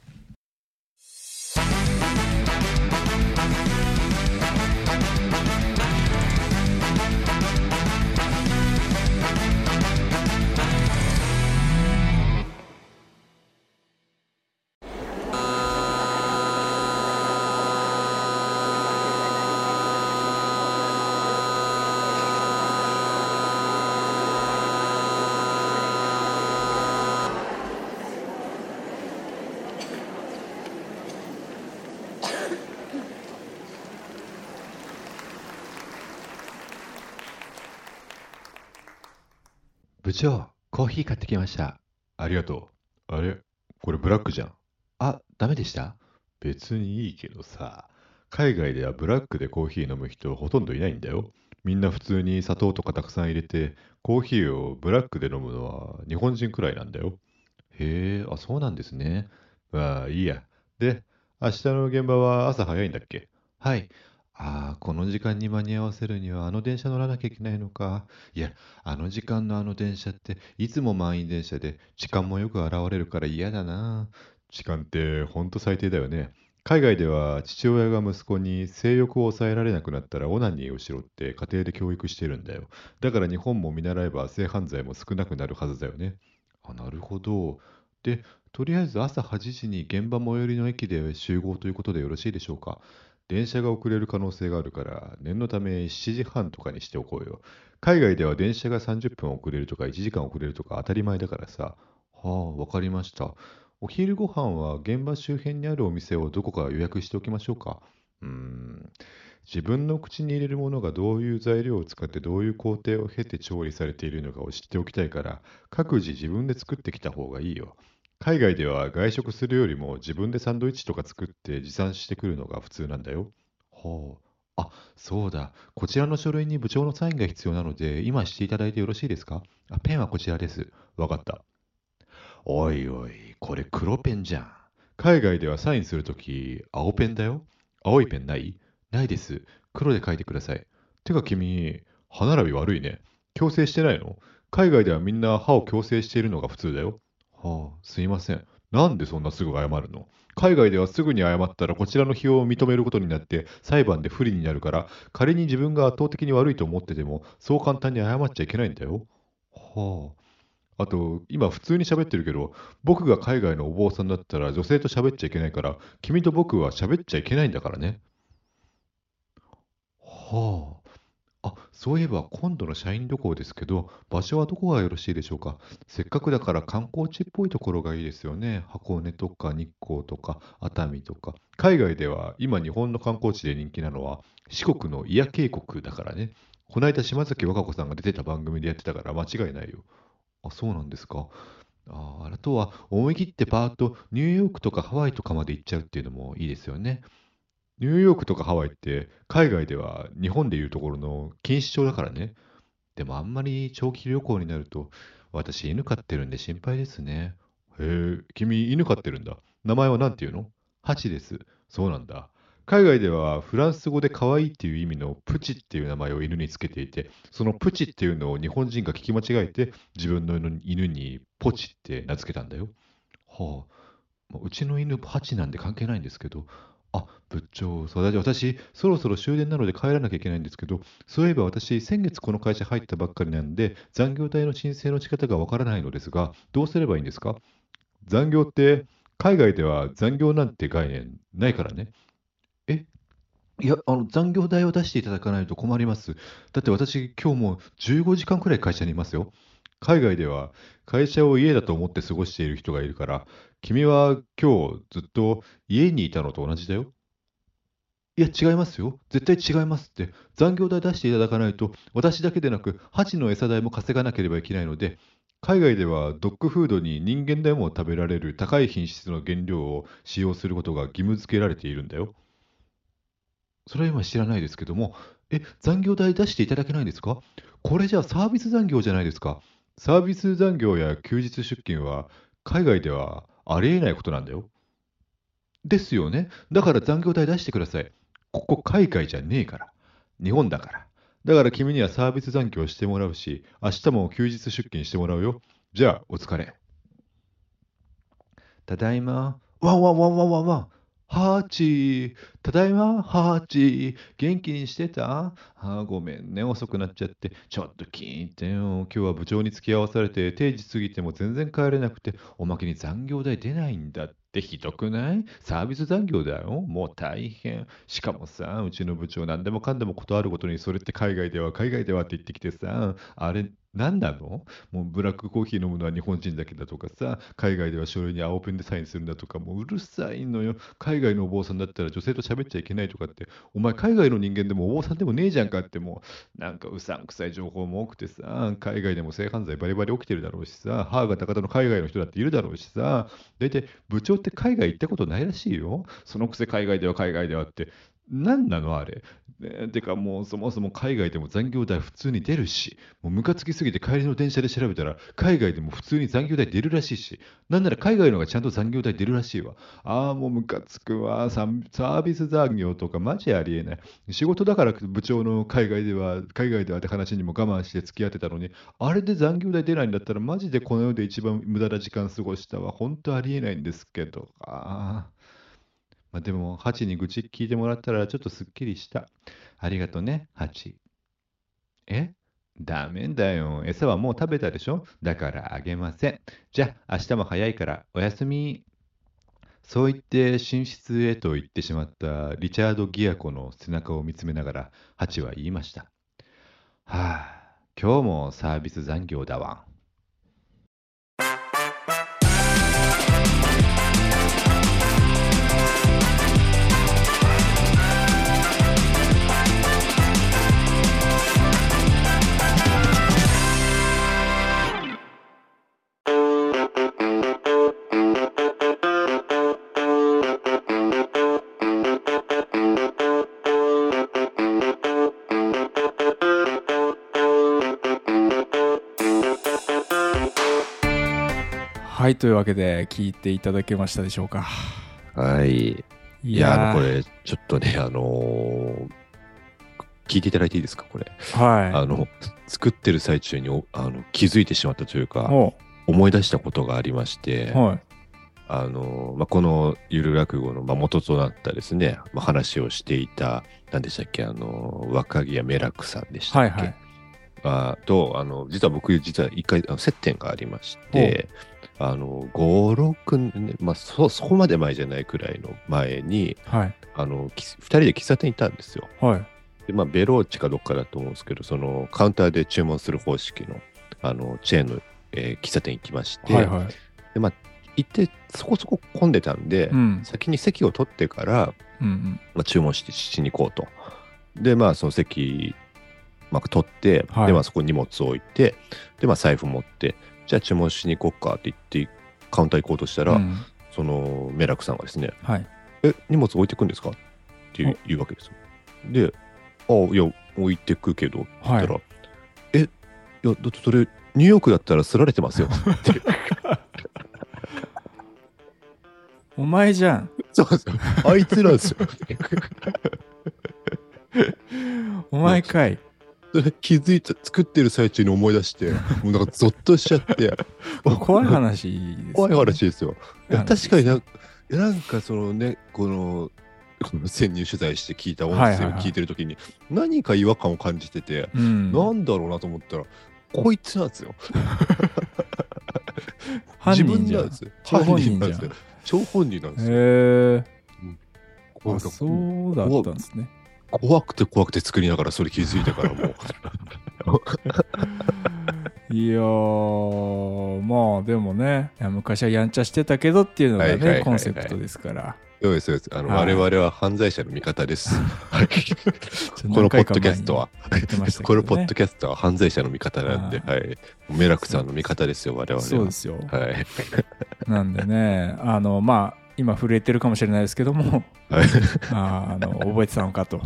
部長、コーヒー買ってきました。ありがとう。あれこれブラックじゃん。あ、ダメでした別にいいけどさ、海外ではブラックでコーヒー飲む人ほとんどいないんだよ。みんな普通に砂糖とかたくさん入れて、コーヒーをブラックで飲むのは日本人くらいなんだよ。へえ、あ、そうなんですね。まあいいや。で、明日の現場は朝早いんだっけはい。ああ、この時間に間に合わせるにはあの電車乗らなきゃいけないのか。いや、あの時間のあの電車っていつも満員電車で時間もよく現れるから嫌だな。時間ってほんと最低だよね。海外では父親が息子に性欲を抑えられなくなったらオナニーをしろって家庭で教育してるんだよ。だから日本も見習えば性犯罪も少なくなるはずだよね。あ、なるほど。で、とりあえず朝8時に現場最寄りの駅で集合ということでよろしいでしょうか。電車が遅れる可能性があるから、念のため7時半とかにしておこうよ。海外では電車が30分遅れるとか1時間遅れるとか当たり前だからさ。はあ、わかりました。お昼ご飯は現場周辺にあるお店をどこか予約しておきましょうか。うーん。自分の口に入れるものがどういう材料を使ってどういう工程を経て調理されているのかを知っておきたいから、各自自分で作ってきた方がいいよ。海外では外食するよりも自分でサンドイッチとか作って持参してくるのが普通なんだよ。ほう。あ、そうだ。こちらの書類に部長のサインが必要なので、今していただいてよろしいですかあ、ペンはこちらです。わかった。おいおい、これ黒ペンじゃん。海外ではサインするとき、青ペンだよ。青いペンないないです。黒で書いてください。てか君、歯並び悪いね。矯正してないの海外ではみんな歯を矯正しているのが普通だよ。はあ、すいません。なんでそんなすぐ謝るの海外ではすぐに謝ったらこちらの費用を認めることになって裁判で不利になるから仮に自分が圧倒的に悪いと思っててもそう簡単に謝っちゃいけないんだよ。はあ。あと今普通に喋ってるけど僕が海外のお坊さんだったら女性と喋っちゃいけないから君と僕は喋っちゃいけないんだからね。はあ。あ、そういえば今度の社員旅行ですけど、場所はどこがよろしいでしょうか。せっかくだから観光地っぽいところがいいですよね。箱根とか日光とか熱海とか。海外では今日本の観光地で人気なのは四国の祖谷渓谷だからね。こないだ島崎和歌子さんが出てた番組でやってたから間違いないよ。あ、そうなんですか。ああとは思い切ってパーッとニューヨークとかハワイとかまで行っちゃうっていうのもいいですよね。ニューヨークとかハワイって海外では日本でいうところの錦糸町だからね。でもあんまり長期旅行になると私犬飼ってるんで心配ですね。へえ、君犬飼ってるんだ。名前は何て言うのハチです。そうなんだ。海外ではフランス語で可愛いっていう意味のプチっていう名前を犬につけていて、そのプチっていうのを日本人が聞き間違えて自分の犬にポチって名付けたんだよ。はあ、まあうちの犬ハチなんで関係ないんですけど、あ、部長、そうだ、私、そろそろ終電なので帰らなきゃいけないんですけど、そういえば私、先月この会社入ったばっかりなんで、残業代の申請の仕方がわからないのですが、どうすればいいんですか残業って、海外では残業なんて概念ないからね。えいや、あの、残業代を出していただかないと困ります。だって私、今日もう15時間くらい会社にいますよ。海外では会社を家だと思って過ごしている人がいるから、君は今日ずっと家にいたのと同じだよ。いや、違いますよ。絶対違いますって。残業代出していただかないと、私だけでなく、ハチの餌代も稼がなければいけないので、海外ではドッグフードに人間でも食べられる高い品質の原料を使用することが義務付けられているんだよ。それは今知らないですけども、え、残業代出していただけないんですかこれじゃあサービス残業じゃないですか。サービス残業や休日出勤は海外ではありえないことなんだよ。ですよね。だから残業代出してください。ここ海外じゃねえから。日本だから。だから君にはサービス残業してもらうし、明日も休日出勤してもらうよ。じゃあ、お疲れ。ただいま。わんわんわんわんわんわん。ハーチー。ただいま、ハーチー。元気にしてたあーごめんね、遅くなっちゃって。ちょっと聞いてよ。今日は部長に付き合わされて、定時過ぎても全然帰れなくて、おまけに残業代出ないんだって。
ってひどくないサービス残業だよ。もう大変。しかもさ、うちの部長何でもかんでも断るごとに、それって海外では海外ではって言ってきてさ、あれ、何なのもうブラックコーヒー飲むのは日本人だけだとかさ、海外では書類に青ペンでサインするんだとか、もううるさいのよ。海外のお坊さんだったら女性と喋っちゃいけないとかって、お前海外の人間でもお坊さんでもねえじゃんかって、もうなんかうさんくさい情報も多くてさ、海外でも性犯罪バリバリ起きてるだろうしさ、母が高田の海外の人だっているだろうしさ、大体部長って海外行ったことないらしいよ。そのくせ海外では海外ではって、何なのあれ。ねてかもうそもそも海外でも残業代普通に出るし、もうムカつきすぎて帰りの電車で調べたら、海外でも普通に残業代出るらしいし、なんなら海外の方がちゃんと残業代出るらしいわ。ああ、もうムカつくわ。サンサービス残業とかマジありえない。仕事だから部長の海外では、海外ではって話にも我慢して付き合ってたのに、あれで残業代出ないんだったらマジでこの世で一番無駄な時間過ごしたわ。本当ありえないんですけど。ああ。まあ、でも、ハチに愚痴聞いてもらったらちょっとすっきりした。ありがとね、ハチ。えダメだよ。餌はもう食べたでしょだからあげません。じゃあ、明日も早いからおやすみ。そう言って寝室へと行ってしまったリチャード・ギアコの背中を見つめながら、ハチは言いました。はあ、今日もサービス残業だわん。
はいというわけで聞いていただけましたでしょうか
はい。
い
い
やー
やー、あのこれ、ちょっとね、あのー聞いていただいていいですか、これ。
はい
あの、作ってる最中におあの気づいてしまったというか
お、
思い出したことがありまして、
はい
あのーまあ、このゆる落語のまあ元となったですね、まあ、話をしていた、何でしたっけ、あのー若木やメラクさんでしたっけ。
はいはい
あと、あの、実は僕、実は一回、あの接点がありまして、あの、5、6年、まあ、そ、そこまで前じゃないくらいの前に、
はい
あの、き二人で喫茶店行ったんですよ。
はい
で、まあ、ベローチかどっかだと思うんですけど、その、カウンターで注文する方式の、あの、チェーンの、えー喫茶店行きまして、
はいはい
で、まあ、行って、そこそこ混んでたんで、
うん
先に席を取ってから、
うん
まあ、注文ししに行こうと。で、まあ、その席、まあ、取って、
はい
で、まあ、そこに荷物を置いて、で、まあ、財布持って、じゃあ注文しに行こっかって言って、カウンター行こうとしたら、
うん
その、メラクさんがですね、
うんはい
え、荷物置いてくんですかっていう言うわけですよ。で、ああ、いや、置いてくけど、って言ったら、え、いや、だってそれ、ニューヨークだったらすられてま
[LAUGHS]
すよ。って
お前じゃん
そうですよあいつらですよ。 [LAUGHS]
お前かい。
それ気づいた、作ってる最中に思い出して、もうなんかゾッとしちゃって。
怖い話です、
怖い話ですよ。い
怖い
や
話で
確かになんか、いやなんかそのね、この、この潜入取材して聞いた音
はいはい
声を
はい
聞いてるときに、何か違和感を感じてて、
うん
なんだろうなと思ったら、こいつなんですよ。
犯人
自
じゃ
分なんんですよ。
張本
犯
人
人
じ
な
ゃん
んですよ。張本人なんです
へ
よ。
え
怖
あ
い
そうだったんですね
怖くて怖くて作りながらそれ気づいたから
[LAUGHS]
もう。
いやーまあでもねいや昔はやんちゃしてたけどっていうのが
はいはいはいは
ね
い
コンセプトですから
そうです、そうです。あの、
はい
我々は犯罪者の味方です。 [LAUGHS] はい。こ
何
のポ
回
ッ
か
ドキャストは
前に言ってましたけどね、
[LAUGHS] このポッドキャストは犯罪者の味方なんで、はい。メラクさんの味方ですよ、我々は。
そうですよ
はい。
なんでねあのまあ今震えてるかもしれないですけども [LAUGHS] あーあの覚えてたのかとい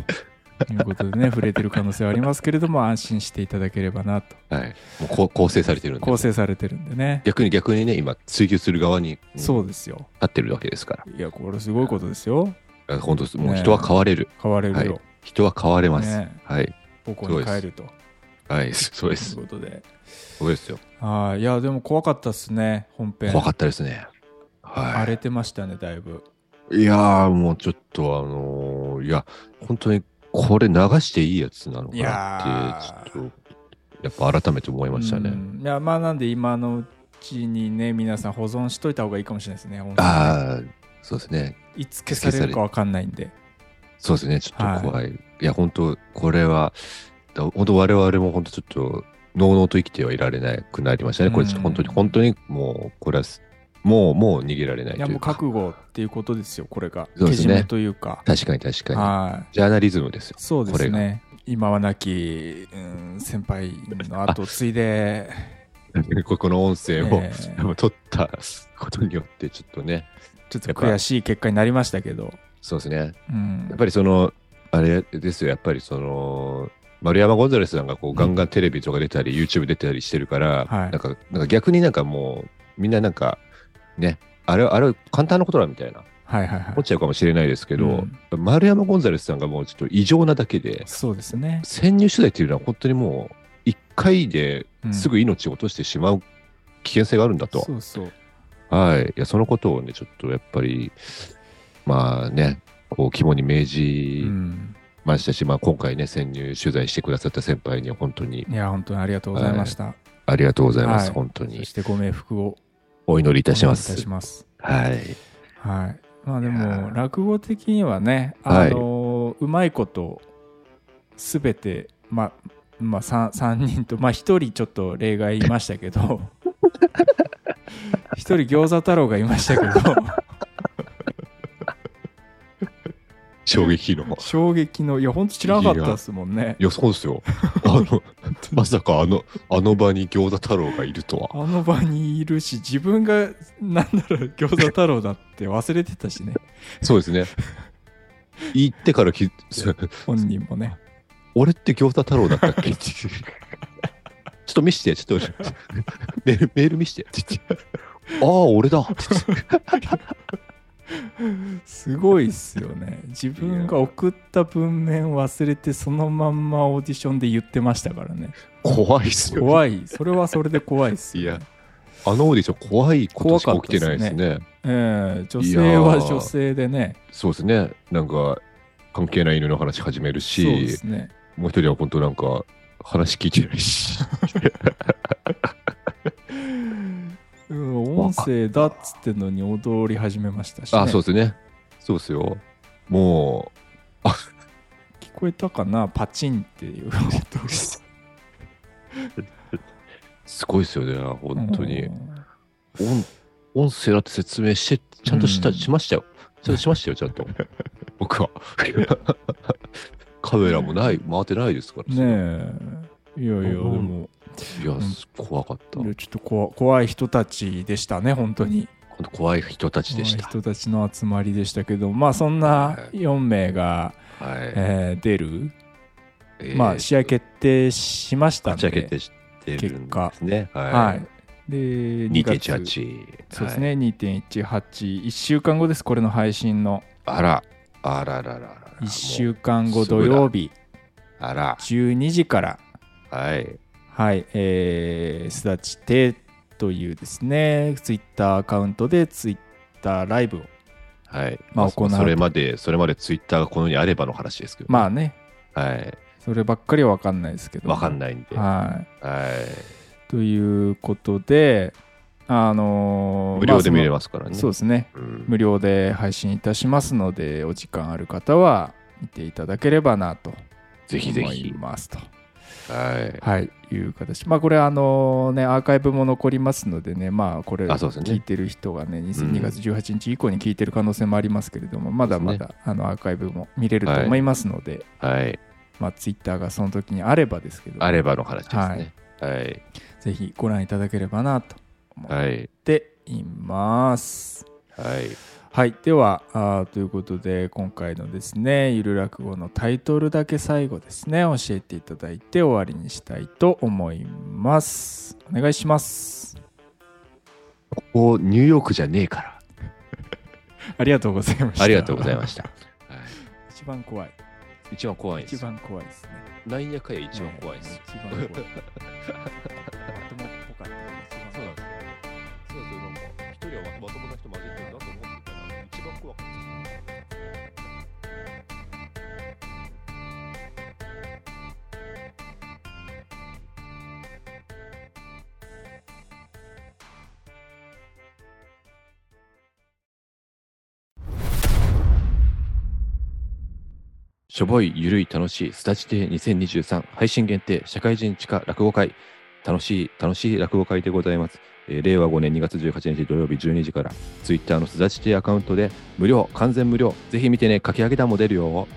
うことでね震えてる可能性はありますけれども安心していただければなと
はい。 [LAUGHS] もうこう構成されてるんで。
構成されてるんでね
逆に逆にね、今、追求する側に、うん
そうですよ
立ってるわけですから。
いやこれすごいことですよ
あ本当です。もう
ねえ
人は変われる。
変われるよ
はい人は変われます
ね。
はい。
母校に帰ると
はい、そうです。
ということで。
そうですよ。
あーいやでも怖かったっすね本編
怖かったですね。
荒れてましたねだいぶ
いやー、もうちょっとあのーいや、本当にこれ流していいやつなのかなって、ちょっと、やっぱ改めて思いましたね。
うんいやまあなんで今のちにね、皆さん保存しといた方がいいかもしれないですね。本当に
ああ、そうですね。
いつ消されるかわかんないんで。
そうですね、ちょっと怖い。い、や、本当これは、だ本当我々も本当ちょっと、のうのうと生きてはいられなくなりましたね。これ、ちょっと本当に、本当にもう、これはす、もう、もう逃げられない
い
とい
や、もう
うか
覚悟っていうことですよ、これが。
そう
け
です
じ
ね
めというか。
確かに確かに
は
ジャーナリズムですよ [LAUGHS]
そうで
こ
す
れ
ね。今はなき、うん、先輩の後を継い
[LAUGHS]
で、
ここの音声を、
え
取ったことによって、ちょっとね、
ちょっと
やぱ
悔しい結果になりましたけど。
そうですね。
うん
やっぱりその、あれですよ、やっぱりその、丸山ゴンザレスさんがこうガンガンテレビとか出たり、YouTube 出てたりしてるから、
はい
なんかなんか逆になんかもう、みんななんか、ね、あれあれ簡単なことだみたいな、
はいはいはい。
思っちゃうかもしれないですけど、丸山ゴンザレスさんがもうちょっと異常なだけで、
そうですね。
潜入取材っていうのは本当にもう、一回ですぐ命を落としてしまう危険性があるんだと。
そうそう。
はい、いやそのことをね、ちょっとやっぱり、まあね、こう肝に銘じましたし、まあ、今回ね、潜入取材してくださった先輩には本当に
いや、本当にありがとうございました。
はありがとうございます、
はい
本当に
そしてご冥福を
お祈りいたしま
お
す。
願いいたします
はい、
はい。まあでも、落語的にはね、あのーうまいこと、すべて、ま、まあ 3, 三人と、まあ1人ちょっと例外いましたけど、1人餃子太郎がいましたけど、
衝撃の。
衝撃の、いや、本当知らなかったですもんね。
いや、そうですよ。あの、まさかあの、あの場に餃子太郎がいるとは。
あの場にいるし、自分が、なんなら餃子太郎だって忘れてたしね、
そうですね。行ってから
[LAUGHS]
き、
本人もね。
俺って餃子太郎だったっけ [LAUGHS] ちょっと見して、ちょっと
[LAUGHS]
メールメール見して。ああ、俺だ。
すごいっすよ
[LAUGHS]
ね。自分が送った文面忘れて、そのまんまオーディションで言ってましたからね。
怖いっすよね
怖い。それはそれで怖いっ
[LAUGHS]
す。
いや、あのオーディション怖いことしか起きてないですね。
ええ女性はい
やー
女性でね。
そうですね。なんか、関係ない犬の話始めるし、
そうですね
もう一人は本当なんか、話聞いてないし。
うん音声だっつってんのに踊り始めましたし、ね。
あ、そうですね。そうですよ。も
聞こえたかなパチンっていう音が。
う、すごいですよね、 [LAUGHS] 本当に。音音声だって説明して、ちゃんとした、しましたよ。ちゃんとしましたよ、ちゃんと。僕は。カメラもない、回ってないですから。
ねえ。いやいや、で
うん
も。
いや、怖かった。
いやちょっと怖怖い人たちでしたね、本当に。
本当怖い人たちでした。
怖い人たちの集まりでしたけど、まあ、そんな4名が、えー出る、
えー
まあ、試合決定しましたんで
試合決定してるんですね
結果
はい
はいで2月
2.18
そうですね、2.181週間後ですこれの配信の
あらあらららら
1週間後土曜日
あら
12時から
はい
はいえーすだちてというですねツイッターアカウントでツイッターライブを
はい。
まあ行うと
それまで、それまでツイッターがこの世にあればの話ですけど。
まあね
はい。
そればっかりは分かんないですけど
わかんないんで。
はい
はい。
ということで、あのー
無料で
あその
見れますからね
そうですね、
うん
無料で配信いたしますので、お時間ある方は見ていただければなと。
ぜひぜひ
思いますと。
はい。
はい、いう形。まあ、これ、あのーね、アーカイブも残りますのでね、まあ、これ、
あそうですね
聞いてる人がね、
うん
2月18日以降に聞いてる可能性もありますけれども、まだま
そう
だ、あの、アーカイブも見れると思いますので、
はい。
まあ、ツイッターがその時にあればですけど、
あればの話です
はい
ね。はい。
ぜひご覧いただければなと
はい。
っています。
はい。
はい。では、あーということで、今回のですね、ゆる落語のタイトルだけ最後ですね、教えていただいて終わりにしたいと思います。お願いします。
ここ、ニューヨークじゃねえから。
ありがとうございました。
ありがとうございま
[LAUGHS]
した。
一番怖い。
一番怖いです
一番怖いですね。
なんやかや一番怖いです。
一番
[LAUGHS]
怖い。ともっぽかった
そうなんですよ。そうなんですよ。なんか、一人はままともな人混じってるなと思ってたら、一番怖かった。しょぼい、ゆるい、楽しい、すだち亭2023配信限定、社会人地下落語会、楽しい、楽しい落語会でございます。えー令和5年2月18日土曜日12時から、Twitter のすだち亭アカウントで、無料、完全無料、ぜひ見てね、かき上げ団も出るよ。